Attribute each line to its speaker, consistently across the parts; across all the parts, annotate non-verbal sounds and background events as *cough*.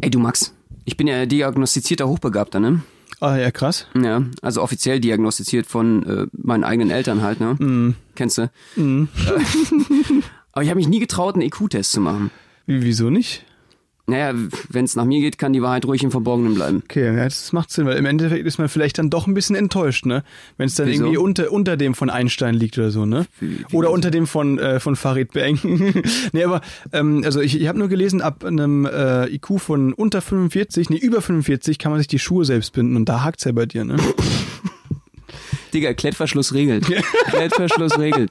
Speaker 1: Ey, du Max, ich bin ja diagnostizierter Hochbegabter, ne?
Speaker 2: Ah, ja, krass.
Speaker 1: Ja, also offiziell diagnostiziert von äh, meinen eigenen Eltern halt, ne? Kennst du? Äh, *laughs* Aber ich habe mich nie getraut, einen IQ-Test zu machen.
Speaker 2: Wie, wieso nicht?
Speaker 1: Naja, wenn es nach mir geht, kann die Wahrheit ruhig im Verborgenen bleiben.
Speaker 2: Okay, ja, das macht Sinn, weil im Endeffekt ist man vielleicht dann doch ein bisschen enttäuscht, ne? Wenn es dann
Speaker 1: Wieso?
Speaker 2: irgendwie unter, unter dem von Einstein liegt oder so, ne? oder unter dem von, äh, von Farid Bang. *laughs* nee, aber, ähm, also ich, ich habe nur gelesen, ab einem äh, IQ von unter 45, nee, über 45 kann man sich die Schuhe selbst binden und da hakt's ja bei dir, ne?
Speaker 1: Digga, Klettverschluss regelt. *laughs* Klettverschluss regelt.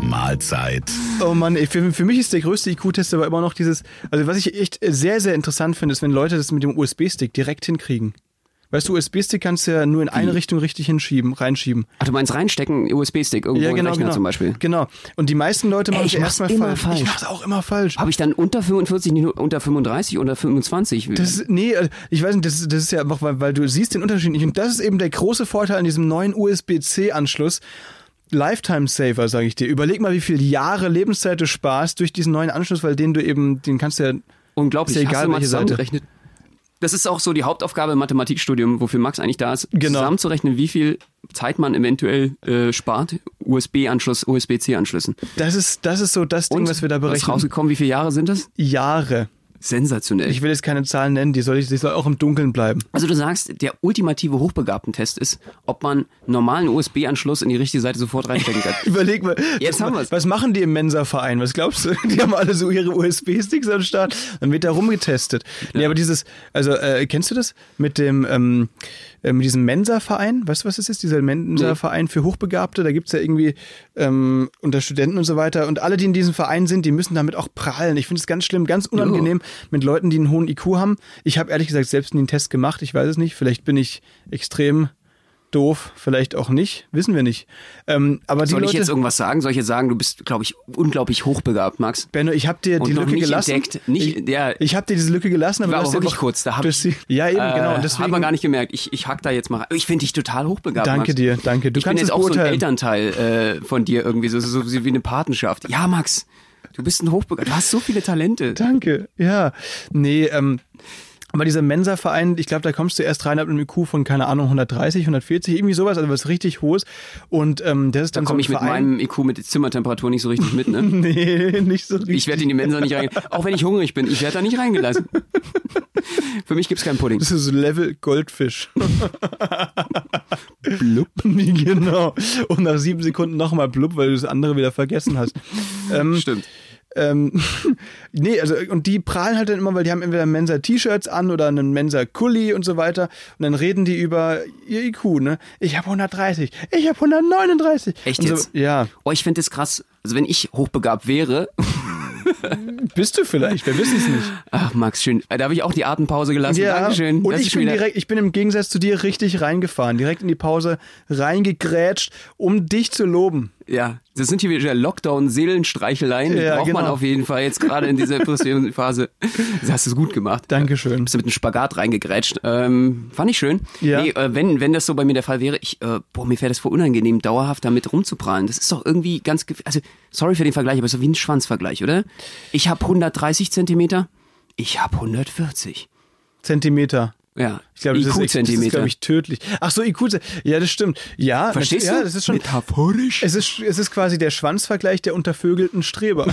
Speaker 3: Mahlzeit.
Speaker 2: Oh Mann, ey, für, für mich ist der größte IQ-Test aber immer noch dieses, also was ich echt sehr, sehr interessant finde, ist, wenn Leute das mit dem USB-Stick direkt hinkriegen. Weißt du, USB-Stick kannst du ja nur in eine Richtung richtig hinschieben, reinschieben.
Speaker 1: Ach, du meinst reinstecken, USB-Stick, irgendwo in den Rechner zum Beispiel.
Speaker 2: Genau. Und die meisten Leute machen
Speaker 1: ich
Speaker 2: es
Speaker 1: mach's
Speaker 2: erstmal
Speaker 1: immer
Speaker 2: falsch. Ich
Speaker 1: falsch.
Speaker 2: mach's auch immer falsch.
Speaker 1: Habe ich dann unter 45, nicht nur unter 35, unter 25?
Speaker 2: Das ist, nee, äh, ich weiß nicht, das, ist- das ist ja einfach, weil, weil du siehst den Unterschied nicht. Und das ist eben der große Vorteil an diesem neuen USB-C-Anschluss. Lifetime Saver, sage ich dir. Überleg mal, wie viele Jahre Lebenszeit du sparst durch diesen neuen Anschluss, weil den du eben, den kannst du ja.
Speaker 1: Unglaublich.
Speaker 2: Ist ja
Speaker 1: Hast
Speaker 2: egal,
Speaker 1: du mal
Speaker 2: welche Seite.
Speaker 1: zusammengerechnet? Das ist auch so die Hauptaufgabe im Mathematikstudium, wofür Max eigentlich da ist,
Speaker 2: Genau.
Speaker 1: zusammenzurechnen, wie viel Zeit man eventuell äh, spart, USB-Anschluss, USB-C-Anschlüssen.
Speaker 2: Das ist, das ist so das Ding, was wir da
Speaker 1: was ist
Speaker 2: berechnen.
Speaker 1: rausgekommen, wie viele Jahre sind das?
Speaker 2: Jahre.
Speaker 1: Sensationell.
Speaker 2: Ich will jetzt keine Zahlen nennen, die soll, ich, die soll auch im Dunkeln bleiben.
Speaker 1: also du sagst, der ultimative Hochbegabten-Test ist, ob man einen normalen USB-Anschluss in die richtige Seite sofort reinstecken
Speaker 2: *laughs*
Speaker 1: kann.
Speaker 2: Überleg mal,
Speaker 1: Jetzt
Speaker 2: was,
Speaker 1: haben wir's.
Speaker 2: was machen die im Mensa-Verein? Was glaubst du? *laughs* Die haben alle so ihre USB-Sticks am Start. Dann wird da rumgetestet. Nee, aber dieses, also äh, kennst du das mit dem, ähm, äh, mit diesem Mensa-Verein? Weißt du, was das ist? Dieser Mensa-Verein für Hochbegabte. Da gibt's ja irgendwie ähm, unter Studenten und so weiter. Und alle, die in diesem Verein sind, die müssen damit auch prahlen. Ich finde es ganz schlimm, ganz unangenehm mit Leuten, die einen hohen IQ haben. Ich habe ehrlich gesagt selbst nie einen Test gemacht. Ich weiß es nicht. Vielleicht bin ich extrem doof, vielleicht auch nicht, wissen wir nicht. Ähm, aber die
Speaker 1: Soll ich
Speaker 2: Leute,
Speaker 1: jetzt irgendwas sagen? Soll ich jetzt sagen, du bist, glaube ich, unglaublich hochbegabt, Max?
Speaker 2: Benno, ich habe dir
Speaker 1: Und
Speaker 2: die
Speaker 1: noch
Speaker 2: Lücke
Speaker 1: nicht
Speaker 2: gelassen.
Speaker 1: entdeckt. Nicht-
Speaker 2: ich
Speaker 1: ja.
Speaker 2: ich habe dir diese Lücke gelassen, aber
Speaker 1: War
Speaker 2: du
Speaker 1: aber
Speaker 2: hast
Speaker 1: wirklich
Speaker 2: einfach-
Speaker 1: kurz, da hab-
Speaker 2: du hast sie, ja eben, genau. Und
Speaker 1: Äh,
Speaker 2: deswegen,
Speaker 1: hat man gar nicht gemerkt. Ich, ich hack da jetzt mal rein. Ich finde dich total hochbegabt.
Speaker 2: danke
Speaker 1: Max.
Speaker 2: dir, danke. Du
Speaker 1: ich bin
Speaker 2: kannst
Speaker 1: jetzt
Speaker 2: es
Speaker 1: auch so ein
Speaker 2: beurteilen.
Speaker 1: Elternteil äh, von dir irgendwie, so, so wie eine Patenschaft. Ja, Max, du bist ein Hochbegabter. Du hast so viele Talente.
Speaker 2: danke, ja. Nee, ähm, aber dieser Mensa-Verein, ich glaube, da kommst du erst rein ab einem IQ von, keine Ahnung, 130, 140, irgendwie sowas, also was richtig hohes. Und ähm, das ist dann
Speaker 1: Da
Speaker 2: so ein
Speaker 1: komme ich mit
Speaker 2: Verein.
Speaker 1: meinem IQ mit Zimmertemperatur nicht so richtig mit, ne?
Speaker 2: *laughs* Nee, nicht so richtig.
Speaker 1: Ich werde in die Mensa nicht rein. Auch wenn ich hungrig bin, ich werde da nicht reingelassen. Für mich gibt's keinen Pudding.
Speaker 2: *laughs* Das ist Level Goldfisch. *laughs* blub. genau. Und nach sieben Sekunden nochmal blub, weil du das andere wieder vergessen hast. ähm,
Speaker 1: Stimmt.
Speaker 2: ähm, *laughs* nee, also und die prahlen halt dann immer, weil die haben entweder Mensa-T-Shirts an oder einen Mensa-Kulli und so weiter. Und dann reden die über ihr IQ, ne? Ich habe 130, ich habe 139.
Speaker 1: Echt
Speaker 2: und so,
Speaker 1: jetzt?
Speaker 2: Ja.
Speaker 1: Oh, ich finde das krass. Also wenn ich hochbegabt wäre,
Speaker 2: Bist du vielleicht, wir wissen es nicht.
Speaker 1: ach Max, schön. Äh, Da habe ich auch die Atempause gelassen. Dankeschön.
Speaker 2: Und
Speaker 1: Das
Speaker 2: ich
Speaker 1: ist schon
Speaker 2: bin,
Speaker 1: wieder-
Speaker 2: direkt, ich bin im Gegensatz zu dir richtig reingefahren, direkt in die Pause reingegrätscht, um dich zu loben.
Speaker 1: Ja, das sind hier wieder Lockdown-Seelenstreicheleien. Die
Speaker 2: Ja,
Speaker 1: braucht man
Speaker 2: genau.
Speaker 1: auf jeden Fall jetzt gerade in
Speaker 2: *laughs*
Speaker 1: dieser depressiven Phase. Das hast du gut gemacht.
Speaker 2: Dankeschön.
Speaker 1: Bist du mit einem Spagat reingegrätscht. Ähm, fand ich schön.
Speaker 2: Ja.
Speaker 1: Nee, äh, wenn, wenn das so bei mir der Fall wäre, ich, äh, boah, mir wäre das voll unangenehm, dauerhaft damit rumzuprahlen. Das ist doch irgendwie ganz, gef- also, sorry für den Vergleich, aber ist doch wie ein Schwanzvergleich, oder? Ich habe 130 Zentimeter, ich habe 140.
Speaker 2: Zentimeter.
Speaker 1: Ja,
Speaker 2: Ich glaube, das, ist- das ist,
Speaker 1: IQ-Zentimeter.
Speaker 2: glaube ich, tödlich. Ach so, IQ. Ja, das stimmt. Ja,
Speaker 1: Verstehst
Speaker 2: ja,
Speaker 1: du?
Speaker 2: das ist schon.
Speaker 1: metaphorisch.
Speaker 2: Es ist, es ist quasi der Schwanzvergleich der untervögelten Streber, *laughs*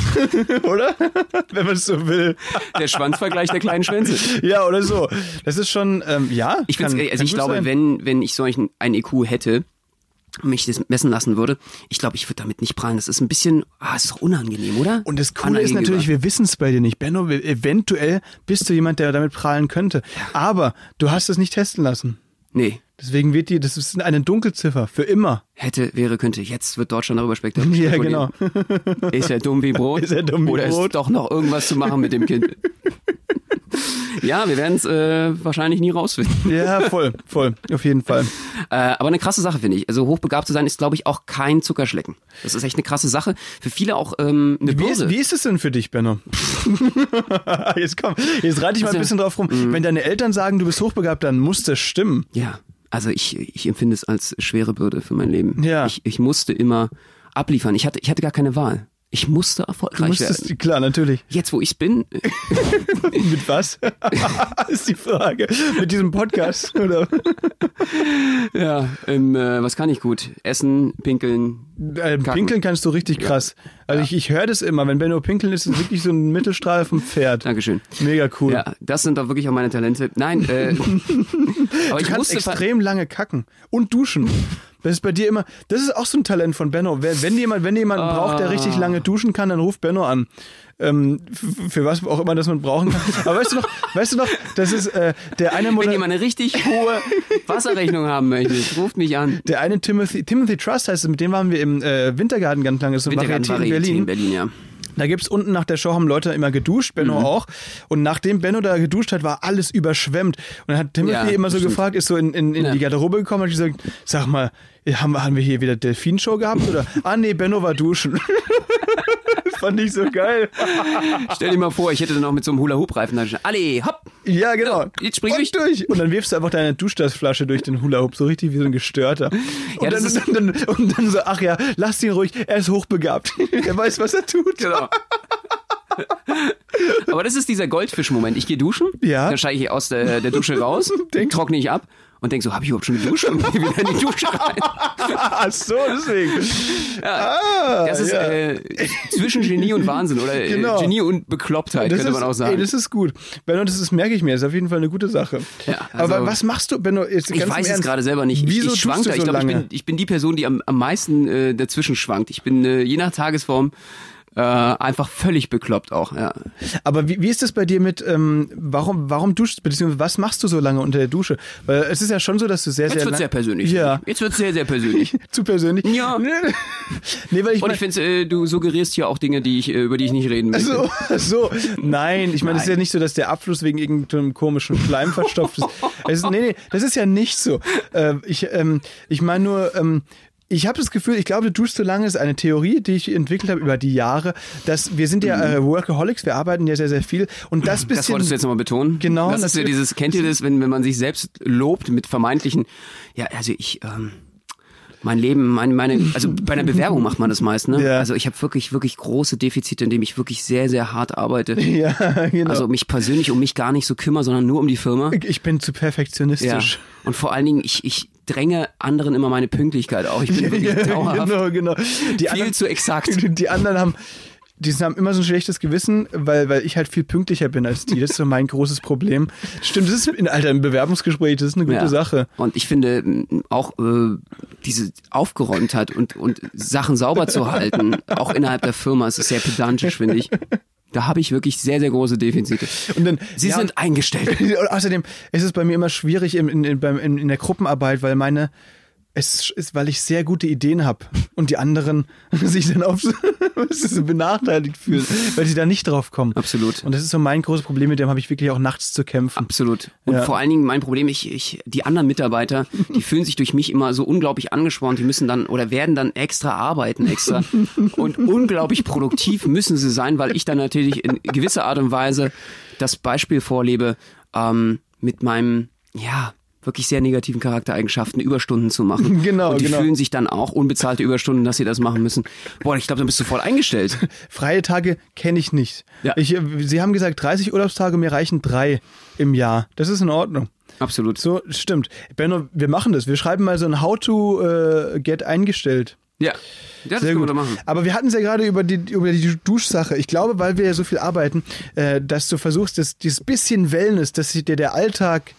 Speaker 2: oder? *laughs* Wenn man es so will.
Speaker 1: *laughs* Der Schwanzvergleich der kleinen Schwänze.
Speaker 2: Ja, oder so. Das ist schon, ähm, ja.
Speaker 1: Ich, find's,
Speaker 2: kann-
Speaker 1: also
Speaker 2: kann
Speaker 1: ich
Speaker 2: gut
Speaker 1: glaube,
Speaker 2: sein.
Speaker 1: wenn, wenn ich solchen einen IQ hätte, mich das messen lassen würde, ich glaube, ich würde damit nicht prahlen. Das ist ein bisschen, ah, ist doch unangenehm, oder?
Speaker 2: Und das Coole
Speaker 1: Anderen
Speaker 2: ist natürlich,
Speaker 1: gegenüber.
Speaker 2: wir wissen es bei dir nicht. Benno, wir- eventuell bist du jemand, der damit prahlen könnte. Aber du hast es nicht testen lassen.
Speaker 1: Nee,
Speaker 2: Deswegen wird dir, das ist eine Dunkelziffer. Für immer.
Speaker 1: hätte, wäre, könnte. Jetzt wird Deutschland darüber spektakulär.
Speaker 2: *laughs* Ja, genau.
Speaker 1: Ist er dumm wie Brot?
Speaker 2: *laughs* Ist er dumm wie
Speaker 1: oder
Speaker 2: Brot? *laughs*
Speaker 1: ist doch noch irgendwas zu machen mit dem Kind? Ja, wir werden es äh, wahrscheinlich nie rausfinden.
Speaker 2: Ja, voll, voll, auf jeden Fall.
Speaker 1: Äh, aber eine krasse Sache, finde ich. Also hochbegabt zu sein ist, glaube ich, auch kein Zuckerschlecken. Das ist echt eine krasse Sache. Für viele auch ähm, eine
Speaker 2: Wie
Speaker 1: Bürde.
Speaker 2: ist, wie ist es denn für dich, Benno? *laughs* jetzt komm, jetzt reite ich mal ein
Speaker 1: Also,
Speaker 2: bisschen drauf rum. Wenn deine Eltern sagen, du bist hochbegabt, dann muss das stimmen.
Speaker 1: Ja, also ich, ich empfinde es als schwere Bürde für mein Leben.
Speaker 2: Ja.
Speaker 1: Ich, ich musste immer abliefern. Ich hatte, ich hatte gar keine Wahl. Ich musste
Speaker 2: Du
Speaker 1: erfolgreich werden.
Speaker 2: musstest, klar, natürlich.
Speaker 1: Jetzt, wo ich bin, äh, *laughs*
Speaker 2: Mit was? ist die Frage. Mit diesem Podcast, oder?
Speaker 1: ja, ähm, äh, was kann ich gut? Essen, pinkeln.
Speaker 2: Ähm, pinkeln kannst du richtig krass. Also ich, ich höre das immer. Wenn Benno pinkeln ist, ist es wirklich so ein Mittelstrahl vom Pferd.
Speaker 1: Dankeschön.
Speaker 2: Mega cool.
Speaker 1: Ja, das sind doch wirklich auch meine Talente. Nein,
Speaker 2: *laughs*
Speaker 1: äh, aber
Speaker 2: Du
Speaker 1: ich
Speaker 2: kannst
Speaker 1: musste ver-
Speaker 2: extrem lange kacken und duschen. Das ist bei dir immer, das ist auch so ein Talent von Benno. Wer- Wenn jemand, wenn jemand braucht, der
Speaker 1: Ah.
Speaker 2: richtig lange duschen kann, dann ruft Benno an. Ähm, f- für was auch immer das man brauchen kann. Aber weißt du noch, *laughs* weißt du noch, das ist äh, der eine
Speaker 1: wenn
Speaker 2: Moder
Speaker 1: jemand eine richtig hohe Wasserrechnung haben möchte, ruft mich an.
Speaker 2: der eine Timothy, Timothy Trust heißt es, mit dem waren wir im äh, Wintergarten ganz lange, so ein
Speaker 1: Wintergarten
Speaker 2: Varieté in
Speaker 1: Varieté
Speaker 2: Berlin.
Speaker 1: in Berlin, ja.
Speaker 2: Da gibt's unten nach der Show haben Leute immer geduscht, Benno
Speaker 1: Mhm.
Speaker 2: auch. Und nachdem Benno da geduscht hat, war alles überschwemmt. Und dann hat Timothy
Speaker 1: Ja,
Speaker 2: immer so
Speaker 1: stimmt.
Speaker 2: gefragt, ist so in, in, in
Speaker 1: Ja.
Speaker 2: die Garderobe gekommen und hat gesagt, sag mal, haben, wir- haben wir hier wieder Delfinshow gehabt?
Speaker 1: *laughs*
Speaker 2: Oder, ah nee, Benno war duschen. *laughs* Fand ich so geil.
Speaker 1: Stell dir mal vor, ich hätte dann auch mit so einem Hula-Hoop-Reifen da schon. Alle, hopp!
Speaker 2: Ja, genau.
Speaker 1: Jetzt spring
Speaker 2: und
Speaker 1: ich.
Speaker 2: durch. Und dann wirfst du einfach deine Duschdassflasche durch den Hula-Hoop, so richtig wie so ein Gestörter. Und,
Speaker 1: Ja, das
Speaker 2: dann,
Speaker 1: ist-
Speaker 2: dann, dann, und dann so, ach ja, lass ihn ruhig, er ist hochbegabt. *laughs* er weiß, was er tut. *laughs*
Speaker 1: Genau. Aber das ist dieser Goldfisch-Moment. Ich gehe duschen,
Speaker 2: Ja.
Speaker 1: dann steige ich aus der, der Dusche
Speaker 2: *laughs*
Speaker 1: raus, trockne ich ab und denke so, habe ich überhaupt schon geduscht? Und gehe *laughs* wieder in die Dusche rein.
Speaker 2: Ach so, deswegen. ah,
Speaker 1: Das ist
Speaker 2: ja.
Speaker 1: äh, zwischen Genie und Wahnsinn oder äh,
Speaker 2: Genau.
Speaker 1: Genie und Beklopptheit,
Speaker 2: Das
Speaker 1: könnte
Speaker 2: ist,
Speaker 1: man auch sagen.
Speaker 2: Ey, das ist gut. Benno, das ist, merke ich mir, ist auf jeden Fall eine gute Sache.
Speaker 1: Ja,
Speaker 2: Aber
Speaker 1: also-
Speaker 2: was machst du, Benno? Jetzt
Speaker 1: ich
Speaker 2: ganz im
Speaker 1: weiß es
Speaker 2: Ernst,
Speaker 1: gerade selber nicht.
Speaker 2: Wieso
Speaker 1: ich, ich schwank
Speaker 2: tust du
Speaker 1: da.
Speaker 2: so
Speaker 1: Ich glaube, ich
Speaker 2: lange?
Speaker 1: bin, ich bin die Person, die am, am meisten äh, dazwischen schwankt. Ich bin äh, je nach Tagesform äh, einfach völlig bekloppt auch. Ja.
Speaker 2: Aber wie, wie ist das bei dir mit, ähm, warum, warum duschst du, beziehungsweise was machst du so lange unter der Dusche? Weil es ist ja schon so, dass du sehr,
Speaker 1: Jetzt
Speaker 2: sehr
Speaker 1: wird's
Speaker 2: lang-
Speaker 1: sehr persönlich.
Speaker 2: Ja, *laughs*
Speaker 1: Jetzt wird's sehr, sehr persönlich.
Speaker 2: zu persönlich.
Speaker 1: Ja.
Speaker 2: nee, weil ich
Speaker 1: Und
Speaker 2: mein,
Speaker 1: ich finde, äh, du suggerierst hier auch Dinge, die ich, äh, über die ich nicht reden möchte. *laughs*
Speaker 2: so, so, nein, ich meine, es ist ja nicht so, dass der Abfluss wegen irgendeinem komischen Schleim verstopft ist. Es ist nee, nee, das ist ja nicht so. Äh, ich ähm, ich meine nur, ähm, ich habe das Gefühl, ich glaube, du duschst so lange, ist eine Theorie, die ich entwickelt habe über die Jahre, dass wir sind ja äh, Workaholics, wir arbeiten ja sehr, sehr viel und das
Speaker 1: Mhm. Das
Speaker 2: bisschen...
Speaker 1: wolltest du jetzt nochmal betonen.
Speaker 2: Genau,
Speaker 1: Das ist ja
Speaker 2: natürlich.
Speaker 1: dieses, kennt ihr das, wenn, wenn man sich selbst lobt mit vermeintlichen, ja, also ich, ähm, mein Leben, mein, meine, also bei
Speaker 2: *laughs*
Speaker 1: einer Bewerbung macht man das meist, ne?
Speaker 2: Ja.
Speaker 1: Also ich habe wirklich, wirklich große Defizite, indem ich wirklich sehr, sehr hart arbeite.
Speaker 2: *laughs* ja, genau.
Speaker 1: Also mich persönlich um mich gar nicht so kümmere, sondern nur um die Firma.
Speaker 2: ich bin zu
Speaker 1: Ja.
Speaker 2: perfektionistisch.
Speaker 1: Und vor allen Dingen, ich, ich dränge anderen immer meine Pünktlichkeit auf. Ich bin wirklich dauerhaft
Speaker 2: *laughs* genau, genau. Die
Speaker 1: viel zu exakt.
Speaker 2: *laughs* Die, die anderen haben, die haben immer so ein schlechtes Gewissen, weil, weil ich halt viel pünktlicher bin als die. Das ist so mein großes Problem. Stimmt, das ist in, Alter, im Bewerbungsgespräch, das ist eine gute
Speaker 1: Ja.
Speaker 2: Sache.
Speaker 1: Und ich finde m, auch äh, diese Aufgeräumtheit und, und Sachen sauber zu halten, *laughs* auch innerhalb der Firma, ist es sehr pedantisch, finde ich. Da habe ich wirklich sehr, sehr große Defizite.
Speaker 2: Und dann,
Speaker 1: Sie
Speaker 2: ja,
Speaker 1: sind eingestellt.
Speaker 2: *laughs* und außerdem ist es bei mir immer schwierig in, in, in, beim- in, in der Gruppenarbeit, weil meine es ist, weil ich sehr gute Ideen habe und die anderen *laughs* sich dann auf *laughs* so benachteiligt fühlen, weil sie da nicht drauf kommen.
Speaker 1: Absolut.
Speaker 2: Und das ist so mein großes Problem, mit dem habe ich wirklich auch nachts zu kämpfen.
Speaker 1: Absolut. Und
Speaker 2: Ja.
Speaker 1: vor allen Dingen mein Problem, ich, ich, die anderen Mitarbeiter, die fühlen sich durch mich immer so unglaublich angespornt, die müssen dann oder werden dann extra arbeiten, extra. Und unglaublich produktiv müssen sie sein, weil ich dann natürlich in gewisser Art und Weise das Beispiel vorlebe, ähm, mit meinem, ja, wirklich sehr negativen Charaktereigenschaften, Überstunden zu machen.
Speaker 2: *laughs* Genau,
Speaker 1: Und die
Speaker 2: genau.
Speaker 1: fühlen sich dann auch unbezahlte Überstunden, dass sie das machen müssen. Boah, ich glaube, dann bist du voll
Speaker 2: *laughs*
Speaker 1: eingestellt.
Speaker 2: Freie Tage kenne ich nicht.
Speaker 1: Ja.
Speaker 2: Ich, äh, Sie haben gesagt, 30 Urlaubstage, mir reichen drei im Jahr. Das ist in Ordnung.
Speaker 1: Absolut.
Speaker 2: So, stimmt. Benno, wir machen das. Wir schreiben mal so ein How to äh, get eingestellt.
Speaker 1: Ja. Ja, das können wir doch machen.
Speaker 2: Aber wir hatten es ja gerade über die, über die Duschsache. Ich glaube, weil wir ja so viel arbeiten, äh, dass du versuchst, dass dieses bisschen Wellness, das dir der Alltag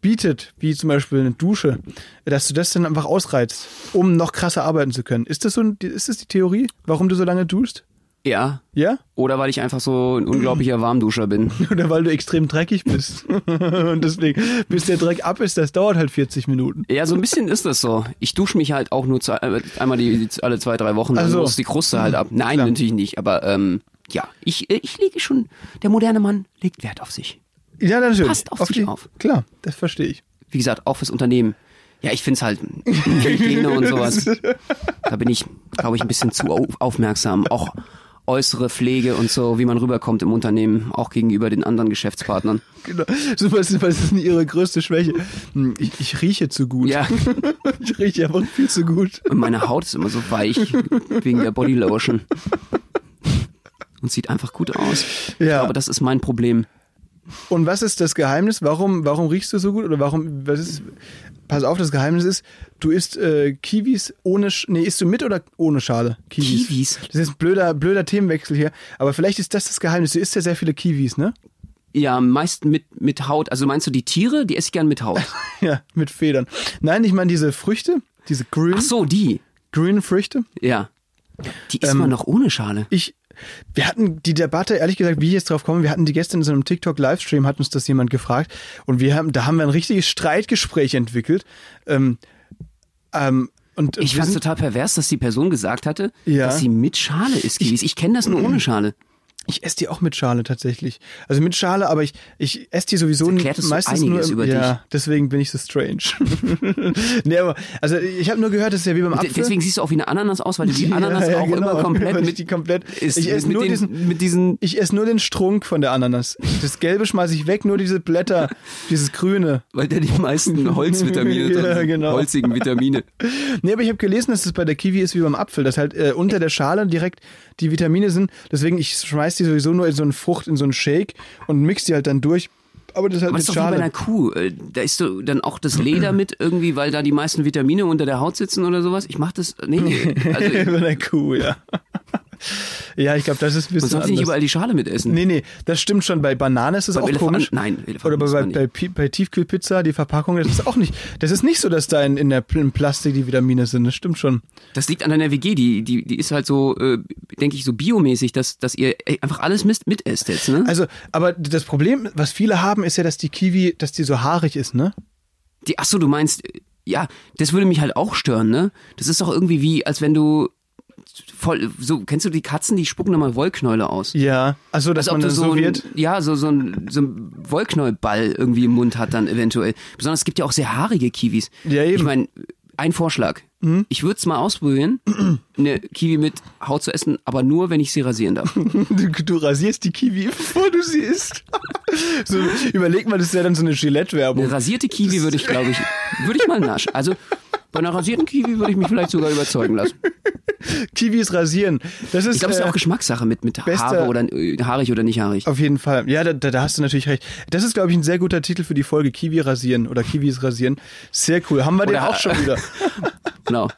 Speaker 2: bietet, wie zum Beispiel eine Dusche, dass du das dann einfach ausreizt, um noch krasser arbeiten zu können. Ist das so ein, ist das die Theorie, warum du so lange duschst?
Speaker 1: Ja.
Speaker 2: Ja?
Speaker 1: Oder weil ich einfach so ein unglaublicher Warmduscher bin.
Speaker 2: Oder weil du extrem dreckig *laughs* bist. Und deswegen, bis der Dreck ab ist, das dauert halt 40 Minuten.
Speaker 1: Ja, so ein bisschen ist das so. Ich dusche mich halt auch nur zu, äh, einmal die, die, alle zwei, drei Wochen, dann
Speaker 2: Also.
Speaker 1: muss die Kruste halt ab. Nein, natürlich nicht, aber ähm, ja, ich, äh, ich lege schon, der moderne Mann legt Wert auf sich.
Speaker 2: Ja, natürlich.
Speaker 1: Passt auf sich auf.
Speaker 2: Klar, das verstehe ich.
Speaker 1: Wie gesagt, auch fürs Unternehmen. Ja, ich find's halt Hygiene und sowas. Da bin ich, glaube ich, ein bisschen zu au- aufmerksam. Auch äußere Pflege und so, wie man rüberkommt im Unternehmen, auch gegenüber den anderen Geschäftspartnern.
Speaker 2: Genau. So, was, was ist denn ihre größte Schwäche? Hm, Ich, ich rieche zu gut.
Speaker 1: Ja,
Speaker 2: *laughs* Ich rieche einfach viel zu gut.
Speaker 1: und meine Haut ist immer so weich wegen der Bodylotion. Und sieht einfach gut aus. Ich
Speaker 2: Ja.
Speaker 1: glaube, das ist mein Problem.
Speaker 2: Und was ist das Geheimnis? Warum, warum riechst du so gut? Oder warum, was ist, pass auf, das Geheimnis ist, du isst äh, Kiwis ohne, Sch- nee, isst du mit oder ohne Schale?
Speaker 1: Kiwis?
Speaker 2: Das ist ein blöder, blöder Themenwechsel hier. Aber vielleicht ist das das Geheimnis. Du isst ja sehr viele Kiwis, ne?
Speaker 1: Ja, meist mit, mit Haut. Also meinst du die Tiere? Die esse ich gern mit Haut.
Speaker 2: *laughs* Ja, mit Federn. Nein, ich meine diese Früchte, diese green,
Speaker 1: Ach so, die.
Speaker 2: green Früchte.
Speaker 1: Ja. Die isst man noch ohne Schale.
Speaker 2: Ich, Ähm, wir hatten die Debatte, ehrlich gesagt, wie ich jetzt drauf komme, wir hatten die gestern in so einem TikTok-Livestream, hat uns das jemand gefragt. Und wir haben, da haben wir ein richtiges Streitgespräch entwickelt. Ähm, ähm, und
Speaker 1: Ich
Speaker 2: wir
Speaker 1: fand's
Speaker 2: sind-
Speaker 1: total pervers, dass die Person gesagt hatte,
Speaker 2: Ja.
Speaker 1: dass sie mit Schale isst Kiwis. Ich kenne das nur
Speaker 2: *clears throat*
Speaker 1: ohne Schale.
Speaker 2: Ich esse die auch mit Schale tatsächlich. Also mit Schale, aber ich, ich esse die sowieso
Speaker 1: Das erklärt es so
Speaker 2: meistens nur
Speaker 1: einiges
Speaker 2: im,
Speaker 1: über
Speaker 2: ja,
Speaker 1: dich.
Speaker 2: deswegen bin ich so strange. *laughs* nee, aber also ich habe nur gehört, das ist ja wie beim Apfel.
Speaker 1: Deswegen siehst du auch wie eine Ananas aus, weil du die Ananas
Speaker 2: *laughs* Ja, ja,
Speaker 1: auch
Speaker 2: genau.
Speaker 1: immer komplett
Speaker 2: Weil *laughs* ich
Speaker 1: mit
Speaker 2: die komplett-
Speaker 1: isst.
Speaker 2: Ich esse
Speaker 1: mit,
Speaker 2: nur
Speaker 1: den,
Speaker 2: diesen-
Speaker 1: mit diesen
Speaker 2: ich esse nur den Strunk von der Ananas. Das Gelbe schmeiße ich weg, nur diese Blätter, dieses Grüne.
Speaker 1: weil da die
Speaker 2: *laughs*
Speaker 1: meisten Holzvitamine
Speaker 2: Ja,
Speaker 1: drin sind,
Speaker 2: genau.
Speaker 1: holzigen Vitamine.
Speaker 2: Nee, aber ich habe gelesen, dass es bei der Kiwi ist wie beim Apfel, dass halt äh, unter der Schale direkt die Vitamine sind. Deswegen, ich schmeiß die sowieso nur in so eine Frucht, in so einen Shake und mix die halt dann durch. Aber das ist halt
Speaker 1: Aber
Speaker 2: mit
Speaker 1: das ist doch wie bei einer
Speaker 2: *laughs* Schale.
Speaker 1: Kuh. Äh, Da isst du dann auch das
Speaker 2: *clears throat*
Speaker 1: Leder mit irgendwie, weil da die meisten Vitamine unter der Haut sitzen oder sowas. Ich mach das, nee,
Speaker 2: *laughs*
Speaker 1: nee. Also,
Speaker 2: bei einer Kuh, ja. ja, ich glaube, das ist
Speaker 1: man
Speaker 2: ein bisschen
Speaker 1: sollte nicht
Speaker 2: anders.
Speaker 1: überall die Schale mit essen.
Speaker 2: Nee, nee, das stimmt schon. Bei Bananen ist es
Speaker 1: Beim
Speaker 2: auch
Speaker 1: Elefanten-
Speaker 2: komisch.
Speaker 1: nein, Elefanten
Speaker 2: Oder
Speaker 1: muss
Speaker 2: bei,
Speaker 1: man
Speaker 2: bei, Pi- bei Tiefkühlpizza, die Verpackung, das ist auch nicht. Das ist nicht so, dass da in, in der Pl- im Plastik die Vitamine sind. Das stimmt schon.
Speaker 1: Das liegt an deiner WG, die, die, die ist halt so, äh, denke ich, so biomäßig, dass, dass ihr ey, einfach alles mit, mit esst jetzt, ne?
Speaker 2: Also, aber das Problem, was viele haben, ist ja, dass die Kiwi, dass die so haarig ist, ne?
Speaker 1: Die, ach so, du meinst, äh, ja, das würde mich halt auch stören, ne? Das ist doch irgendwie wie, als wenn du voll, so, kennst du die Katzen, die spucken nochmal Wollknäule aus?
Speaker 2: Ja. Also,
Speaker 1: Als
Speaker 2: dass
Speaker 1: ob
Speaker 2: man
Speaker 1: du
Speaker 2: dann
Speaker 1: so,
Speaker 2: so
Speaker 1: ein,
Speaker 2: wird.
Speaker 1: ja, so, so ein, so ein Wollknäuelball irgendwie im Mund hat dann eventuell. Besonders es gibt ja auch sehr haarige Kiwis.
Speaker 2: Ja, eben. Mhm.
Speaker 1: Ich meine, ein Vorschlag. Ich würde es mal
Speaker 2: *clears throat*
Speaker 1: ausprobieren, eine Kiwi mit Haut zu essen, aber nur, wenn ich sie rasieren darf.
Speaker 2: *laughs* Du, du rasierst die Kiwi, *laughs* bevor du sie isst. *laughs* so, überleg mal, das ist ja dann so eine
Speaker 1: Eine
Speaker 2: Gillette-Werbung.
Speaker 1: rasierte Kiwi würde ich, glaube ich, würde ich mal nasch. Also bei einer rasierten Kiwi würde ich mich vielleicht sogar überzeugen lassen.
Speaker 2: Kiwis rasieren. Das ist,
Speaker 1: Ich glaube, es ist
Speaker 2: äh,
Speaker 1: auch Geschmackssache mit, mit
Speaker 2: bester-
Speaker 1: Haare oder äh, haarig oder nicht haarig.
Speaker 2: Auf jeden Fall. Ja, da, da, da hast du natürlich recht. Das ist, glaube ich, ein sehr guter Titel für die Folge Kiwi rasieren oder Kiwis rasieren. Sehr cool. Haben wir den
Speaker 1: Oder-
Speaker 2: auch schon *laughs* wieder.
Speaker 1: Genau.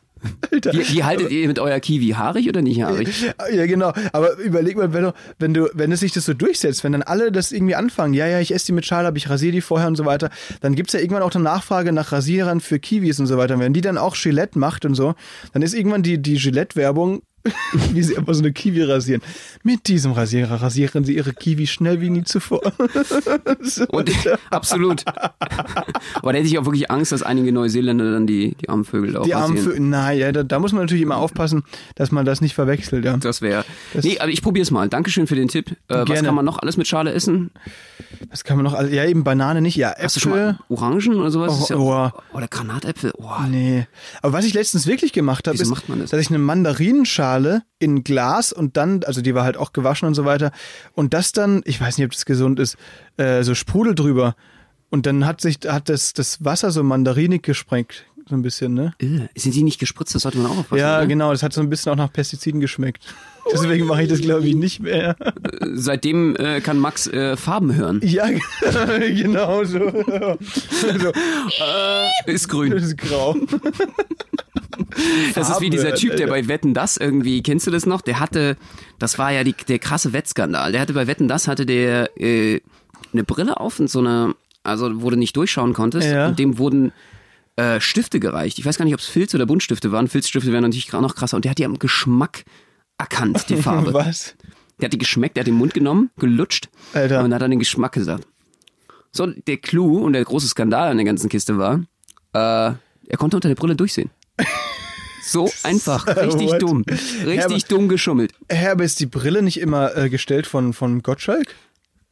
Speaker 2: Alter.
Speaker 1: Wie, wie haltet ihr mit euer Kiwi? Haarig oder nicht haarig?
Speaker 2: Ja, genau. Aber überleg mal, wenn du, wenn du, wenn es sich das so durchsetzt, wenn dann alle das irgendwie anfangen, ja, ja, ich esse die mit Schale, aber ich rasiere die vorher und so weiter, dann gibt es ja irgendwann auch eine Nachfrage nach Rasierern für Kiwis und so weiter. Und wenn die dann auch Gillette macht und so, dann ist irgendwann die, die Gillette-Werbung, *laughs* wie sie einfach so eine Kiwi rasieren. Mit diesem Rasierer rasieren sie ihre Kiwi schnell wie nie zuvor. *laughs*
Speaker 1: Und, absolut. Aber da hätte ich auch wirklich Angst, dass einige Neuseeländer dann die, die armen Vögel auch
Speaker 2: Die armen
Speaker 1: rasieren.
Speaker 2: Vögel. Naja, da, da muss man natürlich immer aufpassen, dass man das nicht verwechselt, ja.
Speaker 1: Das wäre. Nee, aber ich probiere es mal. Dankeschön für den Tipp. Äh, was
Speaker 2: Gerne.
Speaker 1: kann man noch alles mit Schale essen?
Speaker 2: Das kann man noch. Also, ja, eben Banane nicht. Ja, Äpfel.
Speaker 1: Hast du schon mal Orangen oder sowas?
Speaker 2: Oh,
Speaker 1: Ist ja-
Speaker 2: oh.
Speaker 1: Oder Granatäpfel? Oh,
Speaker 2: Nee. Aber was ich letztens wirklich gemacht habe,
Speaker 1: Wieso
Speaker 2: ist,
Speaker 1: macht man das?
Speaker 2: dass ich eine Mandarinenschale in Glas und dann, also die war halt auch gewaschen und so weiter, und das dann, ich weiß nicht, ob das gesund ist, äh, so Sprudel drüber. Und dann hat sich, hat das, das Wasser so mandarinig gesprengt. So ein bisschen, ne?
Speaker 1: Äh, Sind die nicht gespritzt? Das sollte man auch aufpassen.
Speaker 2: Ja,
Speaker 1: oder?
Speaker 2: genau. Das hat so ein bisschen auch nach Pestiziden geschmeckt. Deswegen mache ich das, glaube ich, nicht mehr.
Speaker 1: Seitdem äh, kann Max äh, Farben hören. *laughs*
Speaker 2: Ja, genau so. so.
Speaker 1: Ist
Speaker 2: Das
Speaker 1: grün.
Speaker 2: ist grau.
Speaker 1: *laughs* Das ist wie dieser Typ, der bei Wetten das irgendwie, kennst du das noch? Der hatte, das war ja die, der krasse Wettskandal. Der hatte bei Wetten das hatte der äh, eine Brille auf und so eine, also wo du nicht durchschauen konntest.
Speaker 2: Ja.
Speaker 1: Und dem wurden äh, Stifte gereicht. Ich weiß gar nicht, ob es Filz oder Buntstifte waren. Filzstifte wären natürlich gra- noch krasser. Und der hat die am Geschmack erkannt, die
Speaker 2: *laughs*
Speaker 1: Farbe.
Speaker 2: Was?
Speaker 1: Der hat die geschmeckt, der hat den Mund genommen, gelutscht
Speaker 2: Alter.
Speaker 1: und hat dann den Geschmack gesagt. So, der Clou und der große Skandal an der ganzen Kiste war, äh, er konnte unter der Brille
Speaker 2: *laughs*
Speaker 1: durchsehen. So einfach, richtig
Speaker 2: What?
Speaker 1: dumm,
Speaker 2: Ja, aber-
Speaker 1: richtig dumm geschummelt.
Speaker 2: Hä, aber ist die Brille nicht immer äh, gestellt von, von Gottschalk?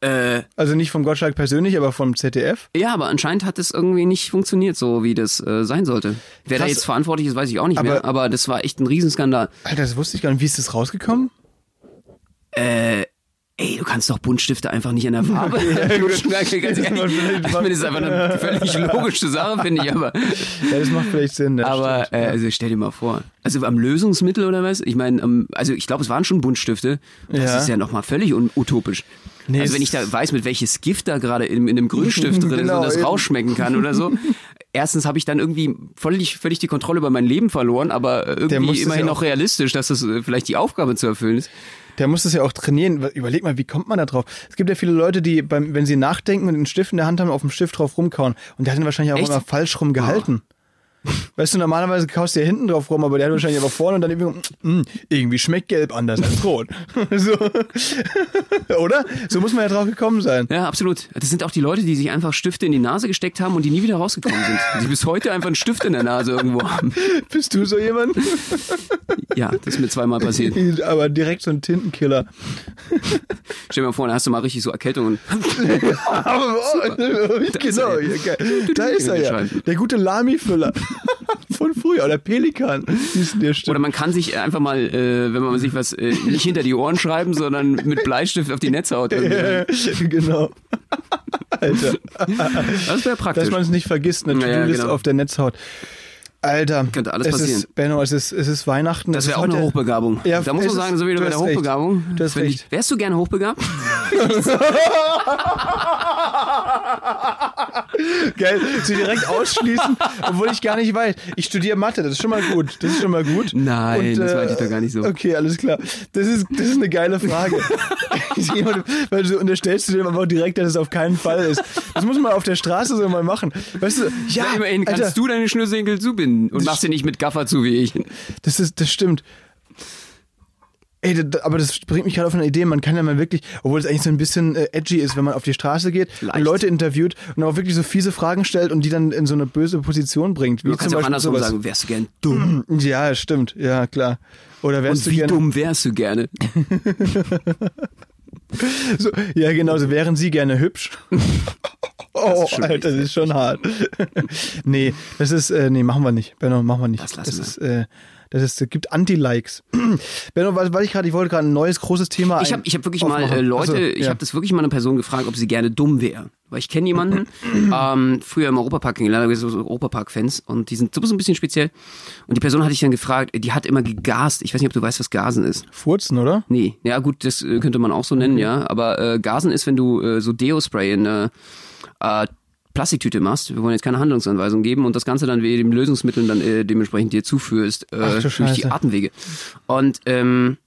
Speaker 1: Äh,
Speaker 2: Also nicht vom Gottschalk persönlich, aber vom ZDF.
Speaker 1: ja, aber anscheinend hat es irgendwie nicht funktioniert, so wie das äh, sein sollte. Wer da
Speaker 2: Krass.
Speaker 1: jetzt verantwortlich ist, weiß ich auch nicht
Speaker 2: Aber-
Speaker 1: mehr, aber das war echt ein Riesenskandal.
Speaker 2: Alter, das wusste ich gar nicht. Wie ist das rausgekommen?
Speaker 1: Ey, du kannst doch Buntstifte einfach nicht in der Farbe.
Speaker 2: *laughs*
Speaker 1: *laughs* lutschen, ganz ehrlich.
Speaker 2: Ja,
Speaker 1: Ich meine, das
Speaker 2: vielleicht
Speaker 1: ist einfach eine völlig logische Sache, finde ich,
Speaker 2: *laughs*
Speaker 1: aber.
Speaker 2: Ja, das macht vielleicht Sinn. ne? das
Speaker 1: Aber
Speaker 2: stimmt.
Speaker 1: äh, also stell dir mal vor, also am Lösungsmittel oder was? Ich meine, ähm, also ich glaube, es waren schon Buntstifte. Das
Speaker 2: Ja.
Speaker 1: ist ja nochmal völlig un utopisch.
Speaker 2: Nee,
Speaker 1: also wenn
Speaker 2: es-
Speaker 1: ich da weiß, mit welches Gift da gerade in, in einem
Speaker 2: *laughs*
Speaker 1: Grünstift drin ist
Speaker 2: Genau,
Speaker 1: und das
Speaker 2: eben.
Speaker 1: rausschmecken kann oder
Speaker 2: *laughs*
Speaker 1: so. Erstens habe ich dann irgendwie völlig, völlig die Kontrolle über mein Leben verloren, aber äh,
Speaker 2: muss
Speaker 1: irgendwie
Speaker 2: das
Speaker 1: immerhin
Speaker 2: ja
Speaker 1: noch realistisch, dass das äh, vielleicht die Aufgabe zu erfüllen ist.
Speaker 2: Der muss das ja auch trainieren. Überleg mal, wie kommt man da drauf? Es gibt ja viele Leute, die, beim, wenn sie nachdenken und einen Stift in der Hand haben, auf dem Stift drauf rumkauen. Und der hat ihn wahrscheinlich auch
Speaker 1: Echt? Ah.
Speaker 2: immer falsch rumgehalten. Weißt du, normalerweise kaust du ja hinten drauf rum, aber der hat wahrscheinlich aber vorne und dann irgendwie, "Mm, irgendwie schmeckt gelb anders als rot. *laughs* so. Oder? So muss man ja drauf gekommen sein.
Speaker 1: Ja, absolut. Das sind auch die Leute, die sich einfach Stifte in die Nase gesteckt haben und die nie wieder rausgekommen sind. Die bis heute einfach einen Stift in der Nase irgendwo haben.
Speaker 2: Bist du so jemand?
Speaker 1: Ja, das ist mir zweimal passiert.
Speaker 2: *laughs* aber direkt so ein Tintenkiller.
Speaker 1: Stell dir mal vor, dann hast du mal richtig so Erkältung und
Speaker 2: Aber, oh, *laughs* genau,
Speaker 1: er.
Speaker 2: ja, geil. da ist er ja.
Speaker 1: Schreiben.
Speaker 2: Der
Speaker 1: *laughs*
Speaker 2: gute Lami-Füller von früher, oder Pelikan. Hieß der stimmt. *laughs*
Speaker 1: Oder man kann sich einfach mal, äh, wenn man sich was äh, nicht hinter die Ohren schreiben, sondern mit Bleistift auf die Netzhaut. irgendwie.
Speaker 2: Äh, genau. Alter.
Speaker 1: Das wäre
Speaker 2: Dass
Speaker 1: praktisch.
Speaker 2: man es nicht vergisst, eine
Speaker 1: Ja, ja,
Speaker 2: To-Do-List
Speaker 1: genau.
Speaker 2: auf der Netzhaut. Alter.
Speaker 1: Könnte alles
Speaker 2: es
Speaker 1: passieren.
Speaker 2: Ist, Benno, es ist, es ist Weihnachten.
Speaker 1: Das
Speaker 2: es ist
Speaker 1: wäre auch eine
Speaker 2: heute-
Speaker 1: Hochbegabung.
Speaker 2: Ja,
Speaker 1: da muss man
Speaker 2: es
Speaker 1: sagen,
Speaker 2: ist-
Speaker 1: so wie
Speaker 2: du
Speaker 1: bei der
Speaker 2: hast recht.
Speaker 1: Hochbegabung.
Speaker 2: Du hast
Speaker 1: Wenn
Speaker 2: recht.
Speaker 1: Ich, wärst du gerne hochbegabt?
Speaker 2: *laughs* Gell? Sie direkt ausschließen, obwohl ich gar nicht weiß. Ich studiere Mathe, das ist schon mal gut. Das ist schon mal gut. äh,
Speaker 1: Nein, das meinte ich doch gar nicht so.
Speaker 2: Okay, alles klar. Das ist, das ist eine
Speaker 1: *laughs*
Speaker 2: geile Frage. *laughs* Jemand- Weil du unterstellst du dem aber auch direkt, dass es auf keinen Fall ist. Das muss man auf der Straße so mal machen. Weißt du, ja,
Speaker 1: Na, immerhin kannst
Speaker 2: Alter,
Speaker 1: du deine Schnürsenkel zubinden und machst sie nicht mit Gaffer zu wie ich.
Speaker 2: Das, ist, das stimmt. Ey, da- da- aber das bringt mich gerade auf eine Idee. Man kann ja mal wirklich, obwohl es eigentlich so ein bisschen äh, edgy ist, wenn man auf die Straße geht und
Speaker 1: Leicht.
Speaker 2: Leute interviewt und auch wirklich so fiese Fragen stellt und die dann in so eine böse Position bringt. Wie
Speaker 1: Du kannst ja auch andersrum
Speaker 2: sowas.
Speaker 1: sagen, wärst du gern dumm.
Speaker 2: Ja, stimmt. Ja, klar. Oder wärst
Speaker 1: Wie
Speaker 2: du gerne.
Speaker 1: dumm wärst du gerne?
Speaker 2: So, ja, genau, so wären sie
Speaker 1: *laughs*
Speaker 2: gerne hübsch. Oh,
Speaker 1: schon
Speaker 2: Alter, das ist schon hart. *laughs* nee, das ist, äh, nee, machen wir nicht. Benno, machen wir nicht.
Speaker 1: Das lassen
Speaker 2: das ist, äh, das ist, es gibt Anti-Likes. *clears throat* Benno, was, was ich gerade, ich wollte gerade ein neues großes Thema
Speaker 1: Ich
Speaker 2: ein-
Speaker 1: habe ich hab wirklich mal
Speaker 2: aufmachen.
Speaker 1: äh, Leute,
Speaker 2: Achso,
Speaker 1: ich
Speaker 2: ja.
Speaker 1: habe das wirklich mal eine Person gefragt, ob sie gerne dumm wäre. Weil ich kenne
Speaker 2: *clears throat*
Speaker 1: jemanden, ähm, früher im Europapark kennengelernt, wir sind so Europapark-Fans und die sind so ein bisschen speziell. Und die Person hatte ich dann gefragt, äh, die hat immer gegast. Ich weiß nicht, ob du weißt, was Gasen ist.
Speaker 2: Furzen, oder? *laughs*
Speaker 1: Nee, ja gut, das äh, könnte man auch so nennen, ja. Aber äh, Gasen ist, wenn du äh, so Deo-Spray in äh, äh, Plastiktüte machst. Wir wollen jetzt keine Handlungsanweisung geben und das Ganze dann wie dem Lösungsmittel dann äh, dementsprechend dir zuführst äh,
Speaker 2: Ach du
Speaker 1: durch die
Speaker 2: Scheiße.
Speaker 1: Atemwege. Und ähm,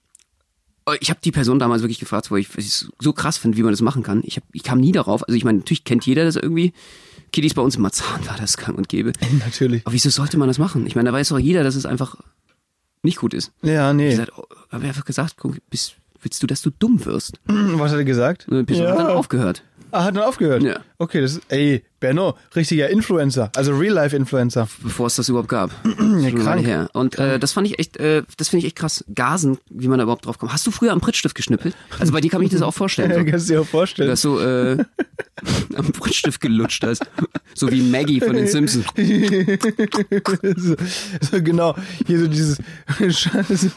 Speaker 1: äh, ich habe die Person damals wirklich gefragt, wo ich was ich so krass finde, wie man das machen kann. Ich, hab, ich kam nie darauf. Also ich meine, natürlich kennt jeder das irgendwie. Kiddies bei uns im Marzahn war das gang und
Speaker 2: *laughs*
Speaker 1: gäbe.
Speaker 2: Natürlich.
Speaker 1: Aber wieso sollte man das machen? Ich meine, da weiß doch jeder, dass es einfach nicht gut ist.
Speaker 2: Ja, nee.
Speaker 1: Ich gesagt, oh, hab ich einfach gesagt, guck, bist, willst du, dass du dumm wirst?
Speaker 2: *clears throat* Was hat er gesagt?
Speaker 1: Und die Person hat dann
Speaker 2: Ja.
Speaker 1: aufgehört.
Speaker 2: Ah, hat dann aufgehört?
Speaker 1: Ja.
Speaker 2: Okay, das ist, ey, Benno, richtiger Influencer. Also Real-Life-Influencer.
Speaker 1: bevor es das überhaupt gab.
Speaker 2: *clears throat*
Speaker 1: ja,
Speaker 2: krank.
Speaker 1: her. Und äh, das fand ich echt, äh, das finde ich echt krass. Gasen, wie man da überhaupt drauf kommt. Hast du früher am Prittstift geschnippelt? Also bei dir kann ich mir das auch
Speaker 2: *laughs* Ja, genau.
Speaker 1: vorstellen.
Speaker 2: *laughs* kannst du dir auch
Speaker 1: So.
Speaker 2: vorstellen.
Speaker 1: Dass du äh, *laughs* am Prittstift gelutscht hast. So wie Maggie von den Simpsons.
Speaker 2: *laughs* so, so genau, hier so dieses Scheiße.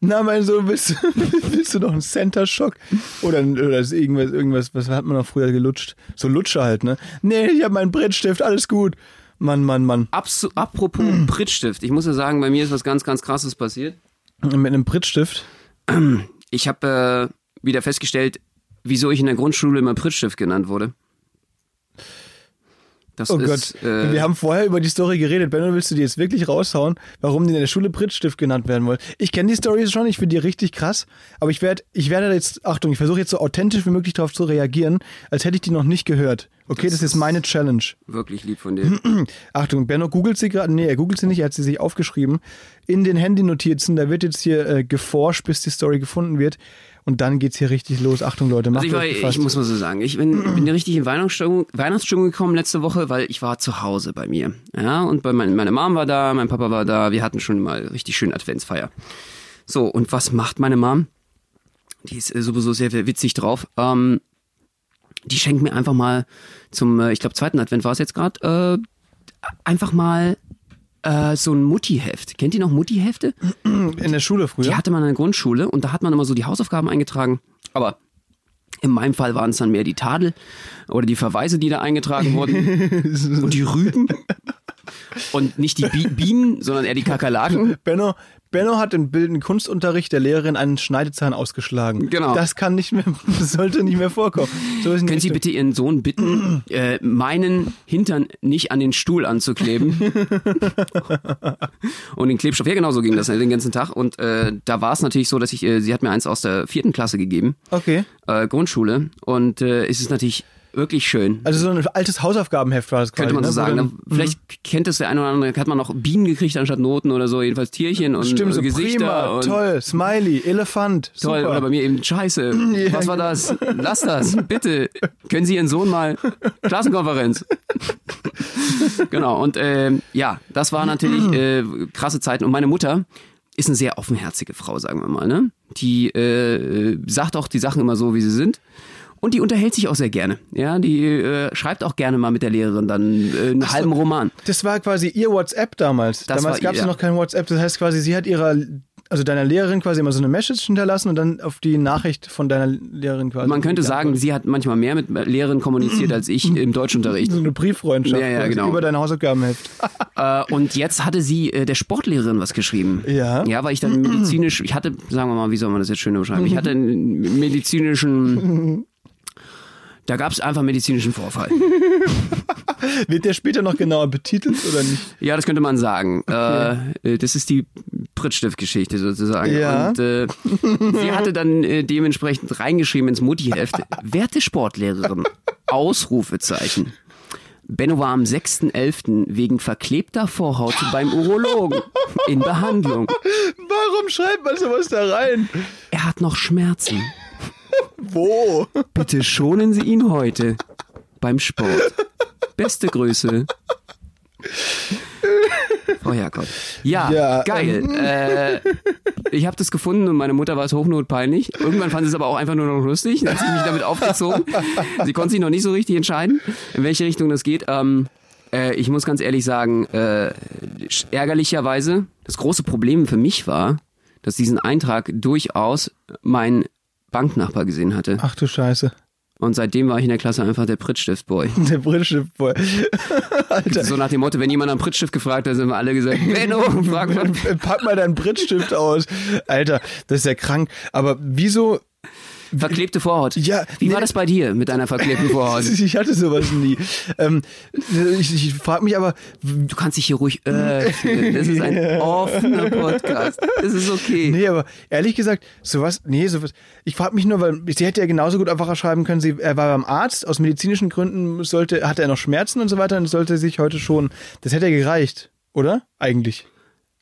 Speaker 2: Na, mein Sohn, willst, du- *laughs* willst du noch einen Center-Shock? Oder, oder ist irgendwas, irgendwas, was hat man noch früher gelutscht? So Lutsche halt, ne? Nee, ich habe meinen Brettstift, alles gut. Mann, Mann, Mann.
Speaker 1: Abso apropos
Speaker 2: *clears throat*
Speaker 1: Prittstift. Ich muss ja sagen, bei mir ist was ganz, ganz krasses passiert.
Speaker 2: Mit einem Brettstift?
Speaker 1: Ich habe äh, wieder festgestellt, wieso ich in der Grundschule immer Prittstift genannt wurde. Das
Speaker 2: Oh
Speaker 1: ist,
Speaker 2: Gott.
Speaker 1: äh,
Speaker 2: Wir haben vorher über die Story geredet. Benno, willst du die jetzt wirklich raushauen, warum die in der Schule Prittstift genannt werden wollen? Ich kenne die Story schon, ich finde die richtig krass, aber ich werde ich werde da jetzt, Achtung, ich versuche jetzt so authentisch wie möglich darauf zu reagieren, als hätte ich die noch nicht gehört. Okay, das, ist jetzt meine Challenge.
Speaker 1: wirklich lieb von dir.
Speaker 2: Achtung, Benno googelt sie gerade. Nee, er googelt sie nicht, er hat sie sich aufgeschrieben. In den Handynotizen, da wird jetzt hier äh, geforscht, bis die Story gefunden wird. Und dann geht's hier richtig los. Achtung, Leute, macht
Speaker 1: Also ich, war,
Speaker 2: euch gefasst.
Speaker 1: ich muss mal so sagen, ich bin, bin richtig in Weihnachtsstimmung, Weihnachtsstimmung gekommen letzte Woche, weil ich war zu Hause bei mir. Ja, und bei mein, meine Mom war da, mein Papa war da, wir hatten schon mal richtig schön Adventsfeier. So, und was macht meine Mom? Die ist äh, sowieso sehr witzig drauf. Ähm, die schenkt mir einfach mal zum, äh, ich glaube, zweiten Advent war es jetzt gerade, äh, einfach mal äh, so ein Mutti-Heft. Kennt ihr noch Mutti-Hefte?
Speaker 2: In der Schule früher.
Speaker 1: Die hatte man in der Grundschule und da hat man immer so die Hausaufgaben eingetragen. Aber in meinem Fall waren es dann mehr die Tadel oder die Verweise, die da eingetragen wurden und die Rüben. Und nicht die Bi Bienen, sondern eher die Kakerlaken.
Speaker 2: Benno, Benno hat im bildenden Kunstunterricht der Lehrerin einen Schneidezahn ausgeschlagen.
Speaker 1: Genau.
Speaker 2: Das kann nicht mehr, *laughs* sollte nicht mehr vorkommen. So ist
Speaker 1: Können Sie bitte Ihren Sohn bitten, äh, meinen Hintern nicht an den Stuhl anzukleben? *laughs* und den Klebstoff, ja genau so ging das ne, den ganzen Tag. Und äh, da war es natürlich so, dass ich, äh, sie hat mir eins aus der vierten Klasse gegeben,
Speaker 2: Okay.
Speaker 1: äh, Grundschule. Und äh, es ist natürlich wirklich schön.
Speaker 2: Also so ein altes Hausaufgabenheft war das
Speaker 1: könnte
Speaker 2: quasi,
Speaker 1: man so
Speaker 2: ne?
Speaker 1: sagen.
Speaker 2: Wo dann-
Speaker 1: ne? Vielleicht kennt es der eine oder andere, hat man noch Bienen gekriegt anstatt Noten oder so, jedenfalls Tierchen und
Speaker 2: Stimmt,
Speaker 1: äh,
Speaker 2: so
Speaker 1: Gesichter
Speaker 2: prima,
Speaker 1: und
Speaker 2: toll, Smiley, Elefant,
Speaker 1: toll.
Speaker 2: super.
Speaker 1: Oder bei mir eben
Speaker 2: *clears throat*
Speaker 1: Scheiße.
Speaker 2: Ja, genau.
Speaker 1: Was war das? Lass das, bitte. Können Sie Ihren Sohn mal Klassenkonferenz. *laughs* genau, und ähm, ja, das waren
Speaker 2: *clears throat*
Speaker 1: natürlich äh, krasse Zeiten. Und meine Mutter ist eine sehr offenherzige Frau, sagen wir mal, ne? Die äh, sagt auch die Sachen immer so, wie sie sind. Und die unterhält sich auch sehr gerne. Ja, die äh, schreibt auch gerne mal mit der Lehrerin dann äh, einen halben Roman.
Speaker 2: Das war quasi ihr WhatsApp damals.
Speaker 1: Das
Speaker 2: damals
Speaker 1: war
Speaker 2: gab
Speaker 1: ihr,
Speaker 2: es
Speaker 1: ja.
Speaker 2: ja noch kein WhatsApp. Das heißt quasi, sie hat ihrer, also deiner Lehrerin quasi immer so eine Message hinterlassen und dann auf die Nachricht von deiner Lehrerin quasi.
Speaker 1: Man könnte sagen, sie hat manchmal mehr mit Lehrern kommuniziert als ich im
Speaker 2: *laughs*
Speaker 1: Deutschunterricht.
Speaker 2: So eine Brieffreundschaft
Speaker 1: Ja, ja,
Speaker 2: quasi
Speaker 1: genau.
Speaker 2: über dein Hausaufgabenheft.
Speaker 1: Äh, und jetzt hatte sie äh, der Sportlehrerin was geschrieben.
Speaker 2: Ja.
Speaker 1: Ja, weil ich dann medizinisch, ich hatte, sagen wir mal, wie soll man das jetzt schön beschreiben? Ich hatte einen medizinischen. Da gab es einfach einen medizinischen Vorfall.
Speaker 2: Wird der später noch genauer betitelt oder nicht?
Speaker 1: Ja, das könnte man sagen. Äh, äh, das ist die Prittstift-Geschichte sozusagen.
Speaker 2: Ja.
Speaker 1: Und äh, sie hatte dann äh, dementsprechend reingeschrieben ins Mutti-Heft. Werte Sportlehrerin, Ausrufezeichen. Benno war am 6.11. wegen verklebter Vorhaut beim Urologen in Behandlung.
Speaker 2: Warum schreibt man sowas da rein?
Speaker 1: Er hat noch Schmerzen.
Speaker 2: Wo?
Speaker 1: Bitte schonen Sie ihn heute beim Sport. Beste Grüße. Oh Jakob. Ja,
Speaker 2: Ja,
Speaker 1: geil. Äh, ich habe das gefunden und meine Mutter war es hochnotpeinlich. Irgendwann fand sie es aber auch einfach nur noch lustig. Dann hat sie mich damit aufgezogen. Sie konnte sich noch nicht so richtig entscheiden, in welche Richtung das geht. Ähm, äh, ich muss ganz ehrlich sagen, äh, ärgerlicherweise, das große Problem für mich war, dass diesen Eintrag durchaus mein Banknachbar gesehen hatte.
Speaker 2: Ach du Scheiße.
Speaker 1: Und seitdem war ich in der Klasse einfach der
Speaker 2: *laughs*
Speaker 1: Prittstiftboy.
Speaker 2: Der britische Boy. *laughs* Alter.
Speaker 1: So nach dem Motto, wenn jemand am Prittstift gefragt hat, sind wir alle gesagt,
Speaker 2: *laughs*
Speaker 1: Benno, frag mal.
Speaker 2: Pack mal deinen Brittstift aus. Alter, das ist ja krank. Aber wieso
Speaker 1: Verklebte Vorhaut.
Speaker 2: Ja,
Speaker 1: Wie
Speaker 2: nee.
Speaker 1: war das bei dir mit deiner verklebten Vorhaut?
Speaker 2: *laughs* Ich hatte sowas nie. Ähm, ich ich frage mich aber,
Speaker 1: Du kannst dich hier ruhig öffnen. Das ist ein
Speaker 2: *laughs*
Speaker 1: offener Podcast. Das ist okay.
Speaker 2: nee, aber ehrlich gesagt, sowas, nee, sowas. Ich frage mich nur, weil sie hätte ja genauso gut einfach schreiben können, sie, er war beim Arzt, aus medizinischen Gründen sollte, hatte er noch Schmerzen und so weiter und sollte sich heute schon. Das hätte ja gereicht, oder? Eigentlich.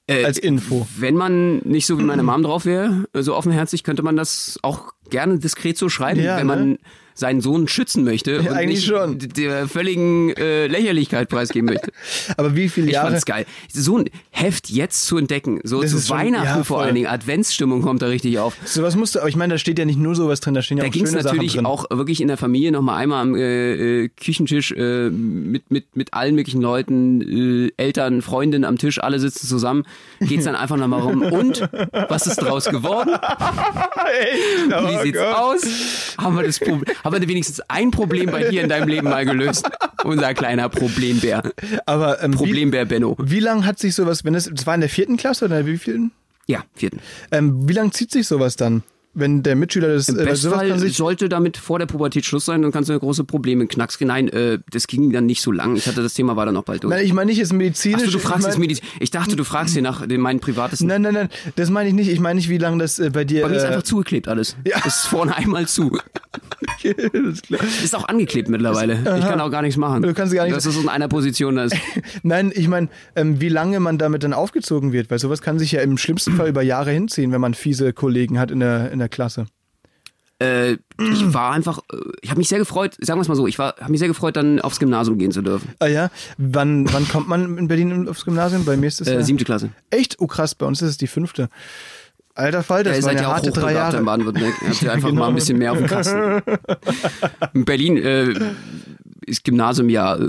Speaker 1: Äh,
Speaker 2: als Info.
Speaker 1: Wenn man nicht so wie meine Mom drauf wäre, so offenherzig, könnte man das auch gerne diskret so schreiben,
Speaker 2: Ja,
Speaker 1: wenn man
Speaker 2: ne?
Speaker 1: seinen Sohn schützen möchte und
Speaker 2: eigentlich
Speaker 1: nicht
Speaker 2: schon.
Speaker 1: d- der völligen äh, Lächerlichkeit preisgeben möchte.
Speaker 2: Aber wie viele
Speaker 1: Ich
Speaker 2: Jahre.
Speaker 1: fand's geil. So ein Heft jetzt zu entdecken, so
Speaker 2: Das
Speaker 1: zu
Speaker 2: ist schon-
Speaker 1: Weihnachten
Speaker 2: ja,
Speaker 1: vor
Speaker 2: voll.
Speaker 1: allen Dingen, Adventsstimmung kommt da richtig auf.
Speaker 2: Sowas musste, aber ich meine, da steht ja nicht nur sowas drin, da stehen ja
Speaker 1: Da
Speaker 2: auch
Speaker 1: ging's
Speaker 2: schöne
Speaker 1: natürlich
Speaker 2: *laughs* Sachen drin.
Speaker 1: auch wirklich in der Familie nochmal einmal am äh, äh, Küchentisch äh, mit, mit, mit allen möglichen Leuten, äh, Eltern, Freundinnen am Tisch, alle sitzen zusammen, geht's dann einfach nochmal rum. Und was ist draus geworden?
Speaker 2: Echt?
Speaker 1: Wie
Speaker 2: *laughs* Oh
Speaker 1: sieht's
Speaker 2: Gott.
Speaker 1: aus? Haben wir, das Problem, haben wir wenigstens ein Problem bei dir in deinem Leben mal gelöst? Unser kleiner Problembär.
Speaker 2: Aber ähm,
Speaker 1: Problembär Benno.
Speaker 2: Wie, wie lange hat sich sowas, wenn das, das war in der vierten Klasse oder in der wievielten?
Speaker 1: Ja, vierten.
Speaker 2: Ähm, wie lange zieht sich sowas dann? Wenn der Mitschüler das
Speaker 1: Im
Speaker 2: äh, sowas
Speaker 1: Bestfall
Speaker 2: kann sich,
Speaker 1: sollte damit vor der Pubertät Schluss sein, dann kannst du große Probleme knacks. Nein, äh, das ging dann nicht so lang. Ich hatte das Thema war dann auch bald durch.
Speaker 2: Nein, ich meine nicht jetzt medizinisch.
Speaker 1: Achso, du
Speaker 2: ich
Speaker 1: fragst
Speaker 2: mein,
Speaker 1: jetzt Medizin. Ich dachte, du fragst hier nach dem, meinen privatesten.
Speaker 2: Nein, nein, nein, das meine ich nicht. Ich meine nicht, wie lange das äh, bei dir.
Speaker 1: Bei mir ist
Speaker 2: äh,
Speaker 1: einfach zugeklebt alles.
Speaker 2: Ja.
Speaker 1: Das ist vorne einmal
Speaker 2: *laughs*
Speaker 1: zu.
Speaker 2: das ist klar.
Speaker 1: Ist auch angeklebt mittlerweile. Ich kann auch gar nichts machen.
Speaker 2: Du kannst gar nicht-
Speaker 1: Das ist in einer Position. Das
Speaker 2: *laughs* Nein, ich meine, ähm, wie lange man damit dann aufgezogen wird, weil sowas kann sich ja im schlimmsten Fall über Jahre hinziehen, wenn man fiese Kollegen hat in der, in der Klasse.
Speaker 1: äh, ich war einfach, äh, ich habe mich sehr gefreut, sagen wir es mal so, ich war, habe mich sehr gefreut, dann aufs Gymnasium gehen zu dürfen.
Speaker 2: Ah ja, wann, wann kommt man in Berlin aufs Gymnasium? Bei mir ist es.
Speaker 1: Äh,
Speaker 2: ja-
Speaker 1: siebte Klasse.
Speaker 2: Echt? Oh krass, bei uns ist es die fünfte. Alter Fall,
Speaker 1: Ja,
Speaker 2: das
Speaker 1: ihr
Speaker 2: war
Speaker 1: seid
Speaker 2: eine
Speaker 1: ja auch
Speaker 2: harte drei
Speaker 1: hochbegabt in
Speaker 2: Jahre.
Speaker 1: Baden-Württemberg. Ihr habt ja
Speaker 2: *laughs*
Speaker 1: einfach
Speaker 2: genau.
Speaker 1: mal ein bisschen mehr auf dem Kasten. In Berlin äh, ist Gymnasium ja äh,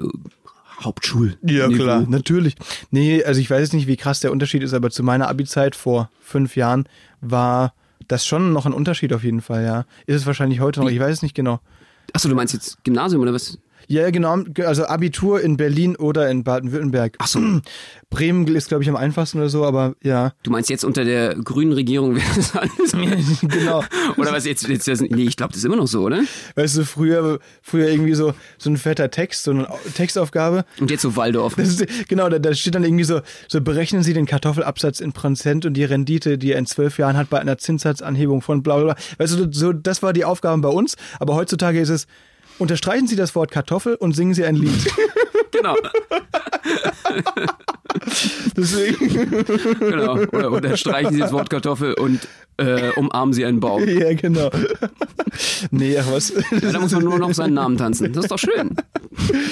Speaker 1: Hauptschul.
Speaker 2: Ja,
Speaker 1: Niveau.
Speaker 2: klar, natürlich. Nee, also ich weiß jetzt nicht, wie krass der Unterschied ist, aber zu meiner Abi-Zeit vor fünf Jahren war das schon noch ein Unterschied auf jeden Fall, ja. Ist es wahrscheinlich heute noch, ich weiß es nicht genau.
Speaker 1: Achso, du meinst jetzt Gymnasium oder was?
Speaker 2: Ja, genau, also Abitur in Berlin oder in Baden-Württemberg.
Speaker 1: Achso, du
Speaker 2: *clears throat* Bremen ist, glaube ich, am einfachsten oder so, aber ja,
Speaker 1: meinst jetzt unter der grünen Regierung wäre das alles.
Speaker 2: genau.
Speaker 1: Oder was jetzt? jetzt das, nee, ich glaube, das ist immer noch so, oder?
Speaker 2: Weißt du, früher, früher irgendwie so, so ein fetter Text, so eine Au- Textaufgabe.
Speaker 1: Und jetzt so Waldorf.
Speaker 2: Das ist, genau, da, da steht dann irgendwie so, so berechnen Sie den Kartoffelabsatz in Prozent und die Rendite, die er in zwölf Jahren hat bei einer Zinssatzanhebung von bla bla bla. Weißt du, so, das war die Aufgabe bei uns, aber heutzutage ist es, unterstreichen Sie das Wort Kartoffel und singen Sie
Speaker 1: *laughs*
Speaker 2: ein Lied.
Speaker 1: Genau,
Speaker 2: Deswegen, *laughs*
Speaker 1: genau. Oder, oder streichen Sie das Wort Kartoffel und äh, umarmen Sie einen Baum.
Speaker 2: ja, genau. *laughs* Nee, ach was.
Speaker 1: Ja, da muss man nur noch seinen Namen tanzen. Das ist doch schön.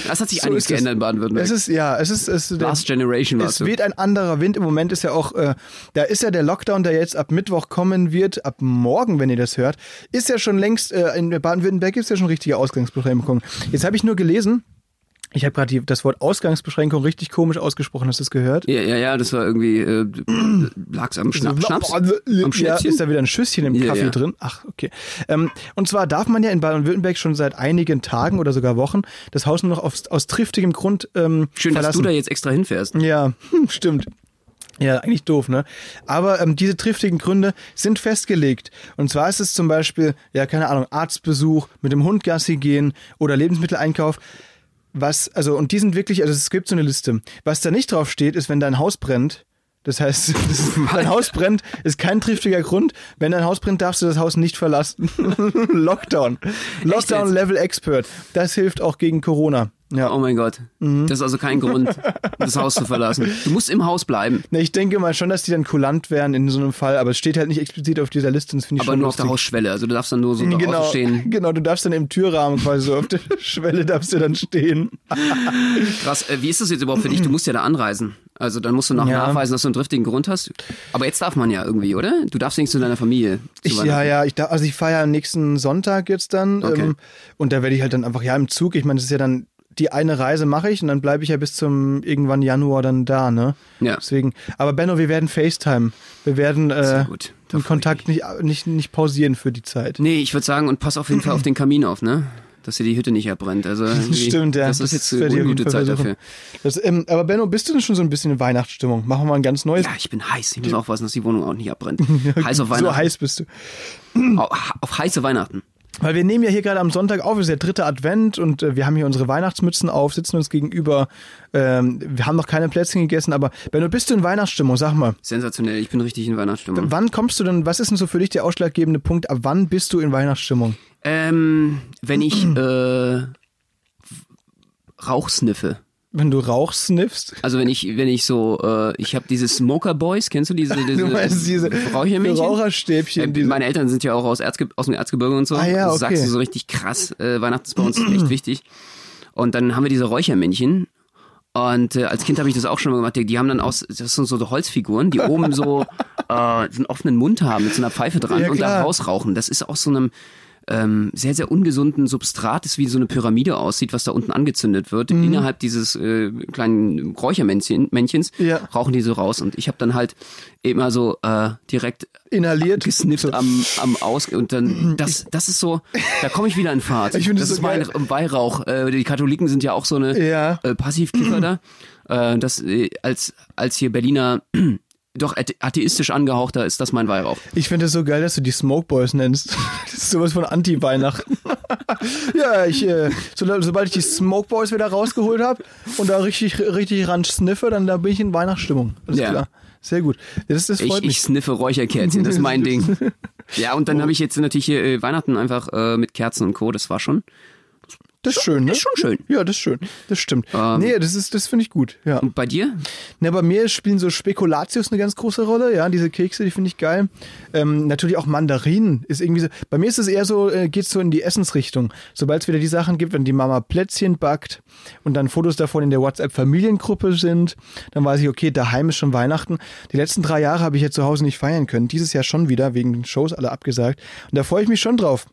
Speaker 1: Das hat sich einiges
Speaker 2: ist es.
Speaker 1: geändert in
Speaker 2: Es
Speaker 1: Baden-Württemberg.
Speaker 2: ist, ja, es ist, es ist
Speaker 1: Last Generation war
Speaker 2: Es weht ein anderer Wind. Im Moment ist ja auch, äh, da ist ja der Lockdown, der jetzt ab Mittwoch kommen wird, ab morgen, wenn ihr das hört, ist ja schon längst, äh, in Baden-Württemberg gibt es ja schon richtige Ausgangsbeschränkungen. Jetzt habe ich nur gelesen, ich habe gerade die- das Wort Ausgangsbeschränkung richtig komisch ausgesprochen, hast du es gehört?
Speaker 1: Ja, ja, ja, das war irgendwie, äh, lag's am Schna Schnaps? Hm. Am
Speaker 2: also, ja,
Speaker 1: Schnäpschen?
Speaker 2: ist da wieder ein Schüsschen im
Speaker 1: Ja,
Speaker 2: Kaffee
Speaker 1: ja.
Speaker 2: drin? Ach, okay. Ähm, und zwar darf man ja in Baden-Württemberg schon seit einigen Tagen oder sogar Wochen das Haus nur noch aus, aus triftigem Grund ähm,
Speaker 1: Schön, dass
Speaker 2: verlassen.
Speaker 1: du da jetzt extra hinfährst.
Speaker 2: Ja, *laughs* stimmt. Ja, eigentlich doof, ne? Aber ähm, diese triftigen Gründe sind festgelegt. Und zwar ist es zum Beispiel, ja, keine Ahnung, Arztbesuch, mit dem Hund Gassi gehen oder Lebensmitteleinkauf. Was, also, und die sind wirklich, also es gibt so eine Liste. Was da nicht drauf steht, ist, wenn dein Haus brennt. Das heißt, *laughs* dein Haus brennt, ist kein triftiger Grund. Wenn dein Haus brennt, darfst du das Haus nicht verlassen. *laughs* Lockdown. Lockdown Level Expert. Das hilft auch gegen Corona. Ja. Mhm.
Speaker 1: Oh mein Gott. Das ist also kein Grund, das Haus zu verlassen. Du musst im Haus bleiben,
Speaker 2: Na, Ne, ich denke mal schon, dass die dann kulant wären in so einem Fall, aber es steht halt nicht explizit auf dieser Liste, und das finde ich
Speaker 1: aber
Speaker 2: schon
Speaker 1: nur auf der
Speaker 2: lustig.
Speaker 1: Hausschwelle. Also du darfst dann nur so draußen
Speaker 2: genau,
Speaker 1: stehen.
Speaker 2: *laughs* Genau, du darfst dann im Türrahmen quasi so
Speaker 1: *laughs*
Speaker 2: auf der Schwelle darfst du dann stehen.
Speaker 1: Krass, äh, wie ist das jetzt überhaupt für dich? Du musst ja da anreisen. Also dann musst du noch
Speaker 2: Ja.
Speaker 1: nachweisen, dass du einen driftigen Grund hast. Aber jetzt darf man ja irgendwie, oder? Du darfst nicht zu deiner Familie. Zu
Speaker 2: Ich, ja,
Speaker 1: Weihnachten.
Speaker 2: ja, ich darf, also ich fahre ja am nächsten Sonntag jetzt dann
Speaker 1: Okay.
Speaker 2: ähm, und da werde ich halt dann einfach, ja, im Zug, ich meine, das ist ja dann, die eine Reise mache ich und dann bleibe ich ja bis zum irgendwann Januar dann da, ne?
Speaker 1: Ja.
Speaker 2: Deswegen, aber Benno, wir werden FaceTime. Wir werden äh,
Speaker 1: Sehr gut. Da
Speaker 2: den
Speaker 1: freu
Speaker 2: Kontakt nicht, nicht, nicht pausieren für die Zeit.
Speaker 1: Nee, ich würde sagen, und pass auf jeden Fall auf den Kamin auf, ne? Dass dir die Hütte nicht erbrennt.
Speaker 2: *laughs*
Speaker 1: Also irgendwie-
Speaker 2: Stimmt, ja.
Speaker 1: Das ist jetzt
Speaker 2: werde ich
Speaker 1: eine
Speaker 2: auf jeden
Speaker 1: gute
Speaker 2: Fall
Speaker 1: Zeit
Speaker 2: versuchen.
Speaker 1: dafür.
Speaker 2: Das, ähm, aber Benno, bist du denn schon so ein bisschen in Weihnachtsstimmung? Machen wir mal ein ganz neues.
Speaker 1: Ja, ich bin heiß. Ich muss aufpassen, dass die Wohnung auch nicht
Speaker 2: *laughs*
Speaker 1: abbrennt. Heiß auf
Speaker 2: so
Speaker 1: Weihnachten.
Speaker 2: heiß bist du.
Speaker 1: Au- ha- auf heiße Weihnachten.
Speaker 2: Weil wir nehmen ja hier gerade am Sonntag auf, es ist der dritte Advent und äh, wir haben hier unsere Weihnachtsmützen auf, sitzen uns gegenüber. Ähm, wir haben noch keine Plätzchen gegessen, aber Benno, bist du in Weihnachtsstimmung? Sag mal,
Speaker 1: Sensationell. Ich bin richtig in Weihnachtsstimmung.
Speaker 2: wann kommst du denn, was ist denn so für dich der ausschlaggebende Punkt, ab wann bist du in Weihnachtsstimmung?
Speaker 1: Ähm, wenn ich äh, Rauch sniffe.
Speaker 2: Wenn du Rauch sniffst?
Speaker 1: Also wenn ich, wenn ich so, äh, ich habe diese Smoker Boys, kennst du
Speaker 2: *laughs*
Speaker 1: diese, diese,
Speaker 2: Du meinst diese
Speaker 1: Räuchermännchen?
Speaker 2: Raucherstäbchen,
Speaker 1: Äh,
Speaker 2: diese-
Speaker 1: meine Eltern sind ja auch aus, Erzge aus dem Erzgebirge und so.
Speaker 2: Ah ja,
Speaker 1: Also
Speaker 2: okay.
Speaker 1: Sagst du so richtig krass, äh, Weihnachten ist bei uns echt
Speaker 2: *clears throat*
Speaker 1: wichtig. Und dann haben wir diese Räuchermännchen. Und äh, als Kind habe ich das auch schon mal gemacht. Die, die haben dann aus, das sind so, so Holzfiguren, die oben
Speaker 2: *laughs*
Speaker 1: so äh, so einen offenen Mund haben mit so einer Pfeife dran
Speaker 2: Ja,
Speaker 1: und da
Speaker 2: klar.
Speaker 1: rausrauchen. Das ist aus so einem ähm, sehr, sehr ungesunden Substrat, das wie so eine Pyramide aussieht, was da unten angezündet wird.
Speaker 2: Mhm.
Speaker 1: Innerhalb dieses äh, kleinen Räuchermännchens
Speaker 2: Ja.
Speaker 1: rauchen die so raus. Und ich habe dann halt immer so äh, direkt
Speaker 2: Inhaliert.
Speaker 1: gesnifft am, am Aus und dann das das ist so da komme ich wieder in Fahrt.
Speaker 2: Mhm. Ich finde
Speaker 1: das
Speaker 2: das
Speaker 1: ist
Speaker 2: so
Speaker 1: mein Weihrauch. Äh, die Katholiken sind ja auch so eine
Speaker 2: Ja.
Speaker 1: äh, Passivkiffer da. Äh, das äh, als als hier Berliner *clears throat* doch athe- atheistisch angehauchter ist das mein Weihrauch.
Speaker 2: Ich finde es so geil, dass du die Smoke Boys nennst. *laughs* Das ist sowas
Speaker 1: *laughs*
Speaker 2: von Anti-Weihnachten. ja, ich, äh, so, sobald ich die Smoke Boys wieder rausgeholt habe und da richtig, richtig ran sniffe, dann da bin ich in Weihnachtsstimmung. Alles
Speaker 1: Ja.
Speaker 2: klar. Sehr gut. Das, das
Speaker 1: Ich,
Speaker 2: freut
Speaker 1: ich
Speaker 2: mich. Oh.
Speaker 1: sniffe Räucherkerzen, das ist mein
Speaker 2: *laughs*
Speaker 1: Ding. Ja, und dann habe ich jetzt natürlich hier äh, Weihnachten einfach äh, mit Kerzen und Co. Das war schon
Speaker 2: Das ist schön, ne?
Speaker 1: ist schon schön. Ähm.
Speaker 2: Ja, das ist schön. Das stimmt. nee, das ist, das finde ich gut. Ja.
Speaker 1: Und bei dir?
Speaker 2: Na, bei mir spielen so Spekulatius eine ganz große Rolle, ja. Diese Kekse, die finde ich geil. Ähm, natürlich auch Mandarinen ist irgendwie so. Bei mir ist es eher so, äh, geht's so in die Essensrichtung. Sobald es wieder die Sachen gibt, wenn die Mama Plätzchen backt und dann Fotos davon in der WhatsApp-Familiengruppe sind, dann weiß ich, okay, daheim ist schon Weihnachten. Die letzten drei Jahre habe ich ja zu Hause nicht feiern können. Dieses Jahr schon wieder, wegen den Shows alle abgesagt. Und da freue ich mich schon drauf.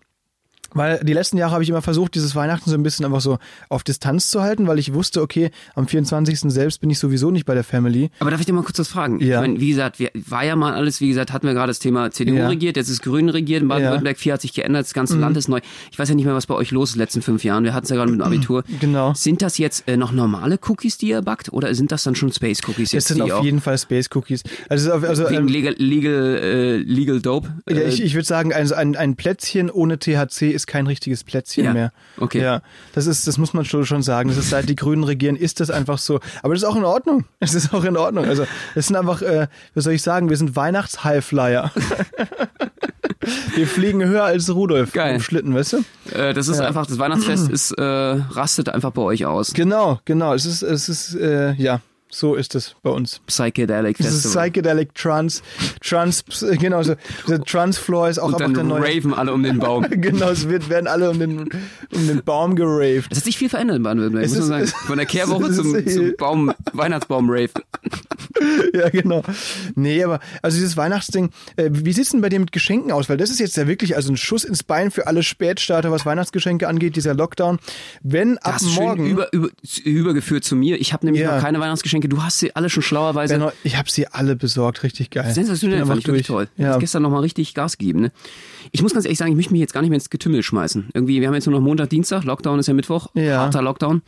Speaker 2: Weil die letzten Jahre habe ich immer versucht, dieses Weihnachten so ein bisschen einfach so auf Distanz zu halten, weil ich wusste, okay, am 24. selbst bin ich sowieso nicht bei der Family.
Speaker 1: Aber darf ich dir mal kurz was fragen?
Speaker 2: Ja.
Speaker 1: Ich meine, wie gesagt, wir, war ja mal alles, wie gesagt, hatten wir gerade das Thema CDU
Speaker 2: Ja. Mhm.
Speaker 1: regiert, jetzt ist Grün regiert, in Baden-Württemberg 4 hat sich geändert, das ganze Land ist neu. Ich weiß ja nicht mehr, was bei euch los ist in den letzten fünf Jahren. Wir hatten es ja gerade mit dem Abitur.
Speaker 2: *clears throat* Genau.
Speaker 1: Sind das jetzt äh, noch normale Cookies, die ihr backt, oder sind das dann schon Space Cookies
Speaker 2: Das
Speaker 1: jetzt?
Speaker 2: sind
Speaker 1: die
Speaker 2: auf
Speaker 1: auch
Speaker 2: jeden Fall Space Cookies. Also, es ist auf- also
Speaker 1: wegen
Speaker 2: ähm,
Speaker 1: legal, legal, äh, legal Dope?
Speaker 2: ja,
Speaker 1: Äh,
Speaker 2: ich, ich würde sagen, also ein, ein Plätzchen ohne THC ist kein richtiges Plätzchen
Speaker 1: Ja,
Speaker 2: mehr.
Speaker 1: okay.
Speaker 2: Ja, das ist, das muss man schon schon sagen. Das ist seit die Grünen regieren, ist das einfach so. Aber das ist auch in Ordnung. *laughs* Es ist auch in Ordnung. Also es sind einfach, äh, was soll ich sagen, wir sind Weihnachts-Highflyer. *laughs* wir fliegen höher als Rudolf
Speaker 1: Geil.
Speaker 2: im Schlitten, weißt du?
Speaker 1: äh, das ist einfach, das
Speaker 2: *clears throat*
Speaker 1: Weihnachtsfest ist, äh, rastet einfach bei euch aus.
Speaker 2: Genau, genau. Es ist, es ist, äh, ja, so ist es bei uns.
Speaker 1: Psychedelic
Speaker 2: Es ist
Speaker 1: Festival.
Speaker 2: Psychedelic Trans, Trans, genau so. Der Trans Floor ist auch
Speaker 1: Und
Speaker 2: einfach
Speaker 1: dann
Speaker 2: der neue.
Speaker 1: raven alle um den Baum.
Speaker 2: *laughs* Genau, es wird, werden alle um den, um den Baum geraved. *laughs*
Speaker 1: Es hat sich viel verändert in Baden-Württemberg,
Speaker 2: Es
Speaker 1: muss man sagen.
Speaker 2: ist-
Speaker 1: Von der Kehrwoche
Speaker 2: es ist-
Speaker 1: zum, zum Baum, Weihnachtsbaum-Rave.
Speaker 2: Ja, genau. Nee, aber also dieses Weihnachtsding, äh, wie sieht's denn bei dir mit Geschenken aus? Weil das ist jetzt ja wirklich also ein Schuss ins Bein für alle Spätstarter, was Weihnachtsgeschenke angeht, dieser Lockdown. Wenn ab
Speaker 1: Das ist schön
Speaker 2: morgen.
Speaker 1: über, über, übergeführt zu mir. Ich habe nämlich
Speaker 2: Ja.
Speaker 1: noch keine Weihnachtsgeschenke. Du hast sie alle schon schlauerweise.
Speaker 2: Benno, Genau, ich habe sie alle besorgt, richtig geil.
Speaker 1: Sensationell,
Speaker 2: Bin
Speaker 1: fand
Speaker 2: einfach
Speaker 1: ich wirklich toll. Ja.
Speaker 2: Ja.
Speaker 1: Hat gestern nochmal richtig Gas gegeben. Ne? Ich muss ganz ehrlich sagen, ich möchte mich jetzt gar nicht mehr ins Getümmel schmeißen. Irgendwie, wir haben jetzt nur noch Montag, Dienstag, Lockdown ist ja Mittwoch,
Speaker 2: Ja.
Speaker 1: harter Lockdown.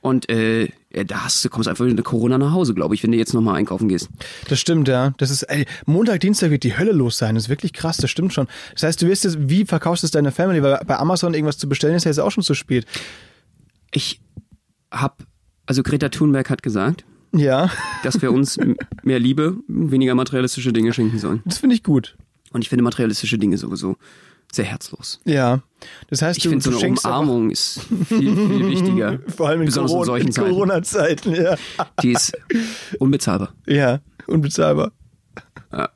Speaker 1: Und äh, da hast, du kommst einfach mit Corona nach Hause, glaube ich, wenn du jetzt nochmal einkaufen gehst.
Speaker 2: Das stimmt, ja. Das ist, ey, Montag, Dienstag wird die Hölle los sein. Das ist wirklich krass, das stimmt schon. Das heißt, du wirst jetzt, wie verkaufst du es deiner Family? Weil bei Amazon irgendwas zu bestellen ist ja jetzt auch schon zu spät.
Speaker 1: Ich hab, also Greta Thunberg hat gesagt,
Speaker 2: Ja, *laughs*
Speaker 1: dass wir uns m- mehr Liebe, weniger materialistische Dinge schenken sollen.
Speaker 2: das finde ich gut.
Speaker 1: Und ich finde materialistische Dinge sowieso sehr herzlos.
Speaker 2: Ja. Das heißt,
Speaker 1: Ich
Speaker 2: du,
Speaker 1: finde so
Speaker 2: du
Speaker 1: eine
Speaker 2: schenkst einfach-
Speaker 1: Umarmung ist viel, viel wichtiger.
Speaker 2: *laughs* vor allem in
Speaker 1: besonders in
Speaker 2: Corona-
Speaker 1: solchen
Speaker 2: in
Speaker 1: Zeiten.
Speaker 2: Corona-Zeiten. ja.
Speaker 1: Die ist unbezahlbar.
Speaker 2: ja, unbezahlbar.
Speaker 1: Ja,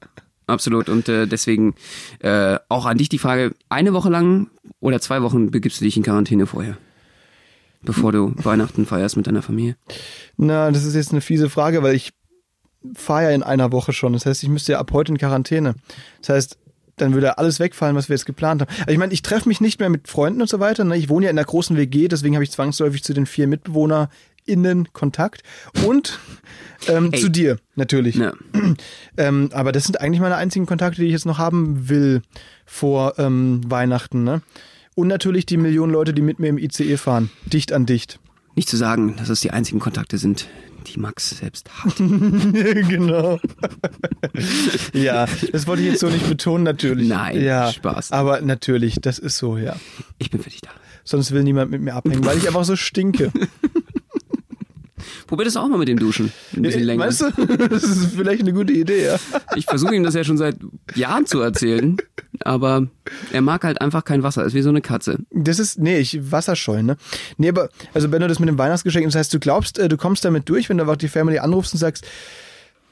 Speaker 1: absolut. Und äh, deswegen äh, auch an dich die Frage, eine Woche lang oder zwei Wochen begibst du dich in Quarantäne vorher? Bevor du Weihnachten feierst mit deiner Familie.
Speaker 2: Na, das ist jetzt eine fiese Frage, weil ich fahre ja in einer Woche schon. Das heißt, ich müsste ja ab heute in Quarantäne. Das heißt, dann würde alles wegfallen, was wir jetzt geplant haben. Also ich meine, ich treffe mich nicht mehr mit Freunden und so weiter. Ne? Ich wohne ja in einer großen WG, deswegen habe ich zwangsläufig zu den vier MitbewohnerInnen Kontakt. Und ähm, zu dir natürlich.
Speaker 1: Ja.
Speaker 2: Ähm, aber das sind eigentlich meine einzigen Kontakte, die ich jetzt noch haben will vor ähm, Weihnachten. Ne? Und natürlich die Millionen Leute, die mit mir im ICE fahren. Dicht an dicht.
Speaker 1: Nicht zu sagen, dass es die einzigen Kontakte sind, die Max selbst hat. *laughs*
Speaker 2: genau. ja, das wollte ich jetzt so nicht betonen, natürlich.
Speaker 1: Nein,
Speaker 2: ja,
Speaker 1: Spaß.
Speaker 2: Aber natürlich, das ist so, ja.
Speaker 1: Ich bin für dich da.
Speaker 2: Sonst will niemand mit mir abhängen, weil ich einfach so stinke.
Speaker 1: Probier das auch mal mit dem Duschen. Ein bisschen länger.
Speaker 2: Äh, Weißt du, *laughs* das ist vielleicht eine gute Idee, ja.
Speaker 1: Ich versuche ihm das ja schon seit Jahren zu erzählen, aber er mag halt einfach kein Wasser, ist wie so eine Katze.
Speaker 2: Das ist, nee, ich wasserscheu, ne? Nee, aber, also Benno, das mit dem Weihnachtsgeschenk, das heißt, du glaubst, äh, du kommst damit durch, wenn du einfach die Family anrufst und sagst,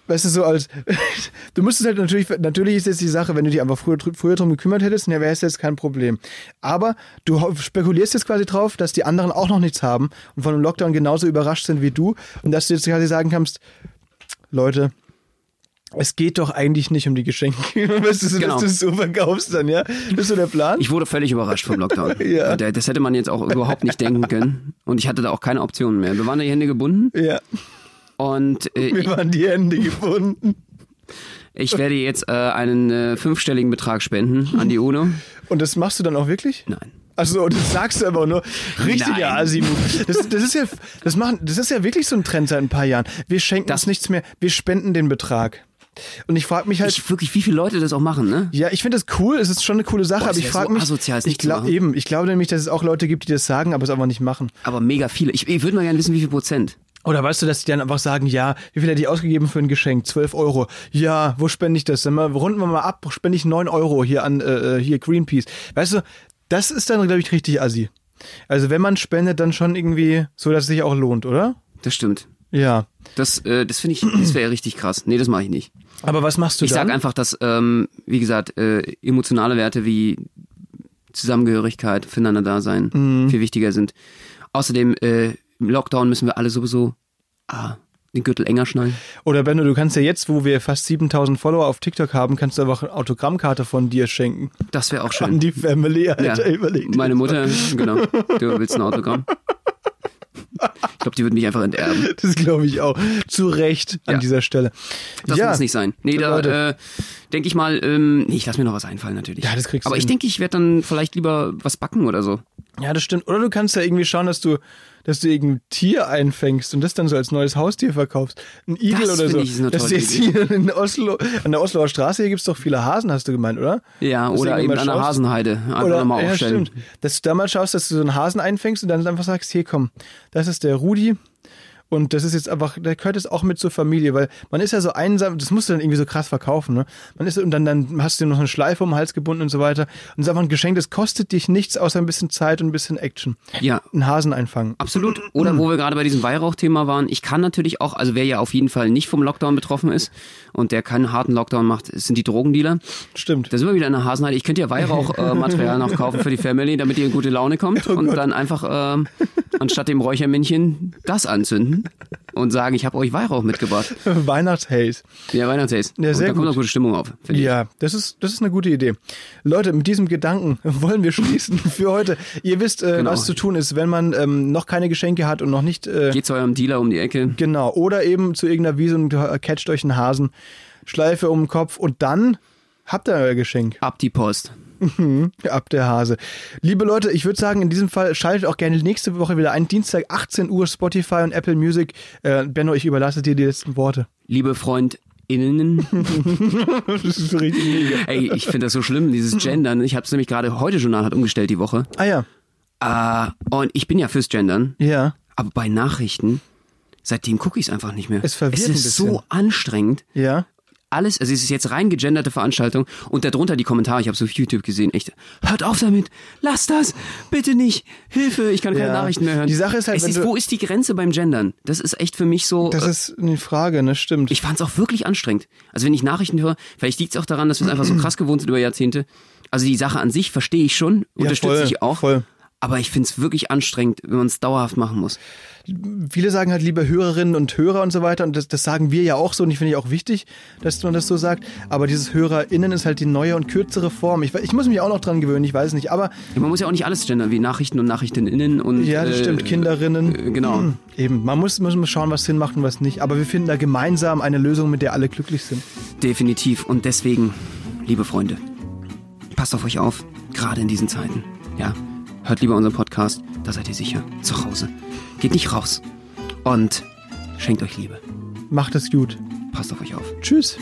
Speaker 2: weißt du, so als, *laughs* du müsstest halt natürlich, natürlich ist jetzt die Sache, wenn du dich einfach früher, dr- früher drum gekümmert hättest, ja, wäre es jetzt kein Problem. Aber du ho- spekulierst jetzt quasi drauf, dass die anderen auch noch nichts haben und von dem Lockdown genauso überrascht sind wie du und dass du jetzt quasi sagen kannst, Leute, es geht doch eigentlich nicht um die Geschenke, *laughs* weißt du, so,
Speaker 1: Genau.
Speaker 2: dass du es so verkaufst dann, ja? Das ist so der Plan.
Speaker 1: Ich wurde völlig überrascht vom Lockdown.
Speaker 2: Ja.
Speaker 1: Der- Das hätte man jetzt auch überhaupt nicht denken können. Und ich hatte da auch keine Optionen mehr. Wir waren die Hände gebunden
Speaker 2: ja.
Speaker 1: und äh, *laughs*
Speaker 2: Mir waren die Hände gebunden.
Speaker 1: Ich werde jetzt äh, einen äh, fünfstelligen Betrag spenden an die UNO.
Speaker 2: Und das machst du dann auch wirklich?
Speaker 1: Nein.
Speaker 2: Achso, das sagst du aber nur. Richtiger
Speaker 1: Nein.
Speaker 2: Asi-Move. Das, das ist ja, das machen, das ist ja wirklich so ein Trend seit ein paar Jahren. Wir schenken das nichts mehr, wir spenden den Betrag. Und ich frage mich halt,
Speaker 1: Ich wirklich, wie viele Leute das auch machen, ne?
Speaker 2: ja, ich finde das cool, es ist schon eine coole Sache,
Speaker 1: Boah, es
Speaker 2: aber ich
Speaker 1: wär
Speaker 2: frage
Speaker 1: so
Speaker 2: mich,
Speaker 1: asozial, es
Speaker 2: ich
Speaker 1: nicht zu
Speaker 2: glaube
Speaker 1: machen.
Speaker 2: eben, ich glaube nämlich, dass es auch Leute gibt, die das sagen, aber es einfach nicht machen.
Speaker 1: Aber mega viele. Ich, ich würde mal gerne wissen, wie viel Prozent.
Speaker 2: Oder weißt du, dass die dann einfach sagen, ja, wie viel hätte ich ausgegeben für ein Geschenk? 12 Euro. Ja, wo spende ich das? Dann mal, runden wir mal ab, spende ich 9 Euro hier an äh, äh, hier Greenpeace. Weißt du, das ist dann, glaube ich, richtig assi. Also wenn man spendet, dann schon irgendwie so, dass es sich auch lohnt, oder?
Speaker 1: Das stimmt.
Speaker 2: Ja.
Speaker 1: Das, äh, das finde ich, das wäre richtig krass. Nee, das mache ich nicht.
Speaker 2: Aber was machst du
Speaker 1: Ich
Speaker 2: dann?
Speaker 1: sage einfach, dass, ähm, wie gesagt, äh, emotionale Werte wie Zusammengehörigkeit, füreinander da sein,
Speaker 2: Mhm.
Speaker 1: viel wichtiger sind. Außerdem, äh, im Lockdown müssen wir alle sowieso ah, den Gürtel enger schnallen.
Speaker 2: Oder Benno, du kannst ja jetzt, wo wir fast 7000 Follower auf TikTok haben, kannst du einfach eine Autogrammkarte von dir schenken.
Speaker 1: Das wäre auch
Speaker 2: An
Speaker 1: schön.
Speaker 2: die Family, *laughs* Alter, überleg dir
Speaker 1: meine
Speaker 2: das
Speaker 1: Mutter, genau. Du willst ein Autogramm? Ich glaube, die würde mich einfach enterben.
Speaker 2: Das glaube ich auch. Zu Recht an
Speaker 1: Ja.
Speaker 2: dieser Stelle.
Speaker 1: Das
Speaker 2: ja.
Speaker 1: muss nicht sein. Nee, da
Speaker 2: Leute.
Speaker 1: äh, denke ich mal, ähm, nee, ich lasse mir noch was einfallen natürlich.
Speaker 2: Ja, das kriegst du
Speaker 1: Aber ich
Speaker 2: hin.
Speaker 1: denke, ich werde dann vielleicht lieber was backen oder so.
Speaker 2: Ja, das stimmt. Oder du kannst ja irgendwie schauen, dass du, dass du irgendein Tier einfängst und das dann so als neues Haustier verkaufst. Ein Igel
Speaker 1: Das
Speaker 2: oder so.
Speaker 1: finde ich ist eine
Speaker 2: dass du
Speaker 1: tolle
Speaker 2: jetzt
Speaker 1: Idee.
Speaker 2: hier in Oslo, an der Osloer Straße, hier gibt's doch viele Hasen, hast du gemeint, oder?
Speaker 1: Ja,
Speaker 2: Dass du
Speaker 1: oder
Speaker 2: irgendwie
Speaker 1: eben
Speaker 2: mal
Speaker 1: an der
Speaker 2: schaust-
Speaker 1: Hasenheide. Einfach
Speaker 2: Oder,
Speaker 1: nochmal
Speaker 2: ja,
Speaker 1: aufstellen.
Speaker 2: stimmt. Dass du da mal schaust, dass du so einen Hasen einfängst und dann einfach sagst, hier komm, das ist der Rudi. Und das ist jetzt einfach, der gehört jetzt auch mit zur Familie, weil man ist ja so einsam, das musst du dann irgendwie so krass verkaufen, ne? Man ist und dann, dann hast du ihm noch eine Schleife um den Hals gebunden und so weiter. Und es ist einfach ein Geschenk, das kostet dich nichts außer ein bisschen Zeit und ein bisschen Action.
Speaker 1: Ja.
Speaker 2: Einen Hasen einfangen.
Speaker 1: Absolut. Oder wo wir gerade bei diesem Weihrauchthema waren, ich kann natürlich auch, also wer ja auf jeden Fall nicht vom Lockdown betroffen ist und der keinen harten Lockdown macht, es sind die Drogendealer.
Speaker 2: Stimmt.
Speaker 1: Da sind wir wieder in der Hasenheide. Ich könnte ja Weihrauchmaterial noch kaufen für die Family, damit ihr in gute Laune
Speaker 2: Oh
Speaker 1: kommt und dann einfach ähm, anstatt dem Räuchermännchen das anzünden und sagen, ich habe euch Weihrauch mitgebracht.
Speaker 2: *laughs* Weihnachtshaze.
Speaker 1: Ja, Weihnachtshaze.
Speaker 2: Ja,
Speaker 1: und
Speaker 2: sehr
Speaker 1: da kommt
Speaker 2: gut.
Speaker 1: auch gute Stimmung auf. finde ich.
Speaker 2: Ja, das ist, das ist eine gute Idee. Leute, mit diesem Gedanken *laughs* wollen wir schließen für heute. Ihr wisst, äh,
Speaker 1: Genau.
Speaker 2: was zu tun ist, wenn man ähm, noch keine Geschenke hat und noch nicht. Äh,
Speaker 1: Geht zu eurem Dealer um die Ecke.
Speaker 2: genau. Oder eben zu irgendeiner Wiese und äh, catcht euch einen Hasen, Schleife um den Kopf und dann habt ihr euer Geschenk.
Speaker 1: Ab die Post.
Speaker 2: Ab der Hase. Liebe Leute, ich würde sagen, in diesem Fall schaltet auch gerne nächste Woche wieder ein. Dienstag, 18 Uhr, Spotify und Apple Music. Äh, Benno, ich überlasse dir die letzten Worte.
Speaker 1: Liebe FreundInnen,
Speaker 2: *laughs* das ist so richtig mega.
Speaker 1: ey, ich finde das so schlimm, dieses Gendern. Ich habe es nämlich gerade heute Journal hat umgestellt die Woche.
Speaker 2: Ah ja.
Speaker 1: Äh, und ich bin ja fürs Gendern,
Speaker 2: Ja.
Speaker 1: aber bei Nachrichten, seitdem gucke ich es einfach nicht mehr.
Speaker 2: Es verwirrt
Speaker 1: Es
Speaker 2: ein
Speaker 1: ist
Speaker 2: bisschen.
Speaker 1: so anstrengend.
Speaker 2: Ja.
Speaker 1: Alles, also es ist jetzt rein gegenderte Veranstaltung und darunter die Kommentare, ich habe es auf YouTube gesehen, echt, hört auf damit, lasst das, bitte nicht, Hilfe, ich kann keine
Speaker 2: Ja.
Speaker 1: Nachrichten mehr hören.
Speaker 2: Die Sache ist halt,
Speaker 1: es
Speaker 2: wenn
Speaker 1: ist,
Speaker 2: du-
Speaker 1: wo ist die Grenze beim Gendern? Das ist echt für mich so,
Speaker 2: Das
Speaker 1: äh,
Speaker 2: ist eine Frage, ne? Stimmt.
Speaker 1: ich fand es auch wirklich anstrengend. Also wenn ich Nachrichten höre, vielleicht liegt es auch daran, dass wir es einfach
Speaker 2: *clears throat*
Speaker 1: so krass gewohnt sind über Jahrzehnte. Also die Sache an sich verstehe ich schon, unterstütze
Speaker 2: voll,
Speaker 1: ich auch.
Speaker 2: voll.
Speaker 1: Aber ich finde es wirklich anstrengend, wenn man es dauerhaft machen muss.
Speaker 2: viele sagen halt liebe Hörerinnen und Hörer und so weiter und das, das sagen wir ja auch so und ich finde ich auch wichtig, dass man das so sagt, aber dieses HörerInnen ist halt die neue und kürzere Form. Ich, we- ich muss mich auch noch dran gewöhnen, ich weiß nicht, aber
Speaker 1: Ja, man muss ja auch nicht alles gendern, wie Nachrichten und Nachrichteninnen und
Speaker 2: ja, das
Speaker 1: äh,
Speaker 2: stimmt, Kinderinnen. Hm,
Speaker 1: äh, genau.
Speaker 2: Eben, man muss, muss mal schauen, was Sinn macht und was nicht, aber wir finden da gemeinsam eine Lösung, mit der alle glücklich sind.
Speaker 1: Definitiv. Und deswegen, liebe Freunde, passt auf euch auf, gerade in diesen Zeiten. Ja, hört lieber unseren Podcast, da seid ihr sicher zu Hause. Geht nicht raus und schenkt euch Liebe.
Speaker 2: Macht es gut.
Speaker 1: Passt auf euch auf.
Speaker 2: Tschüss.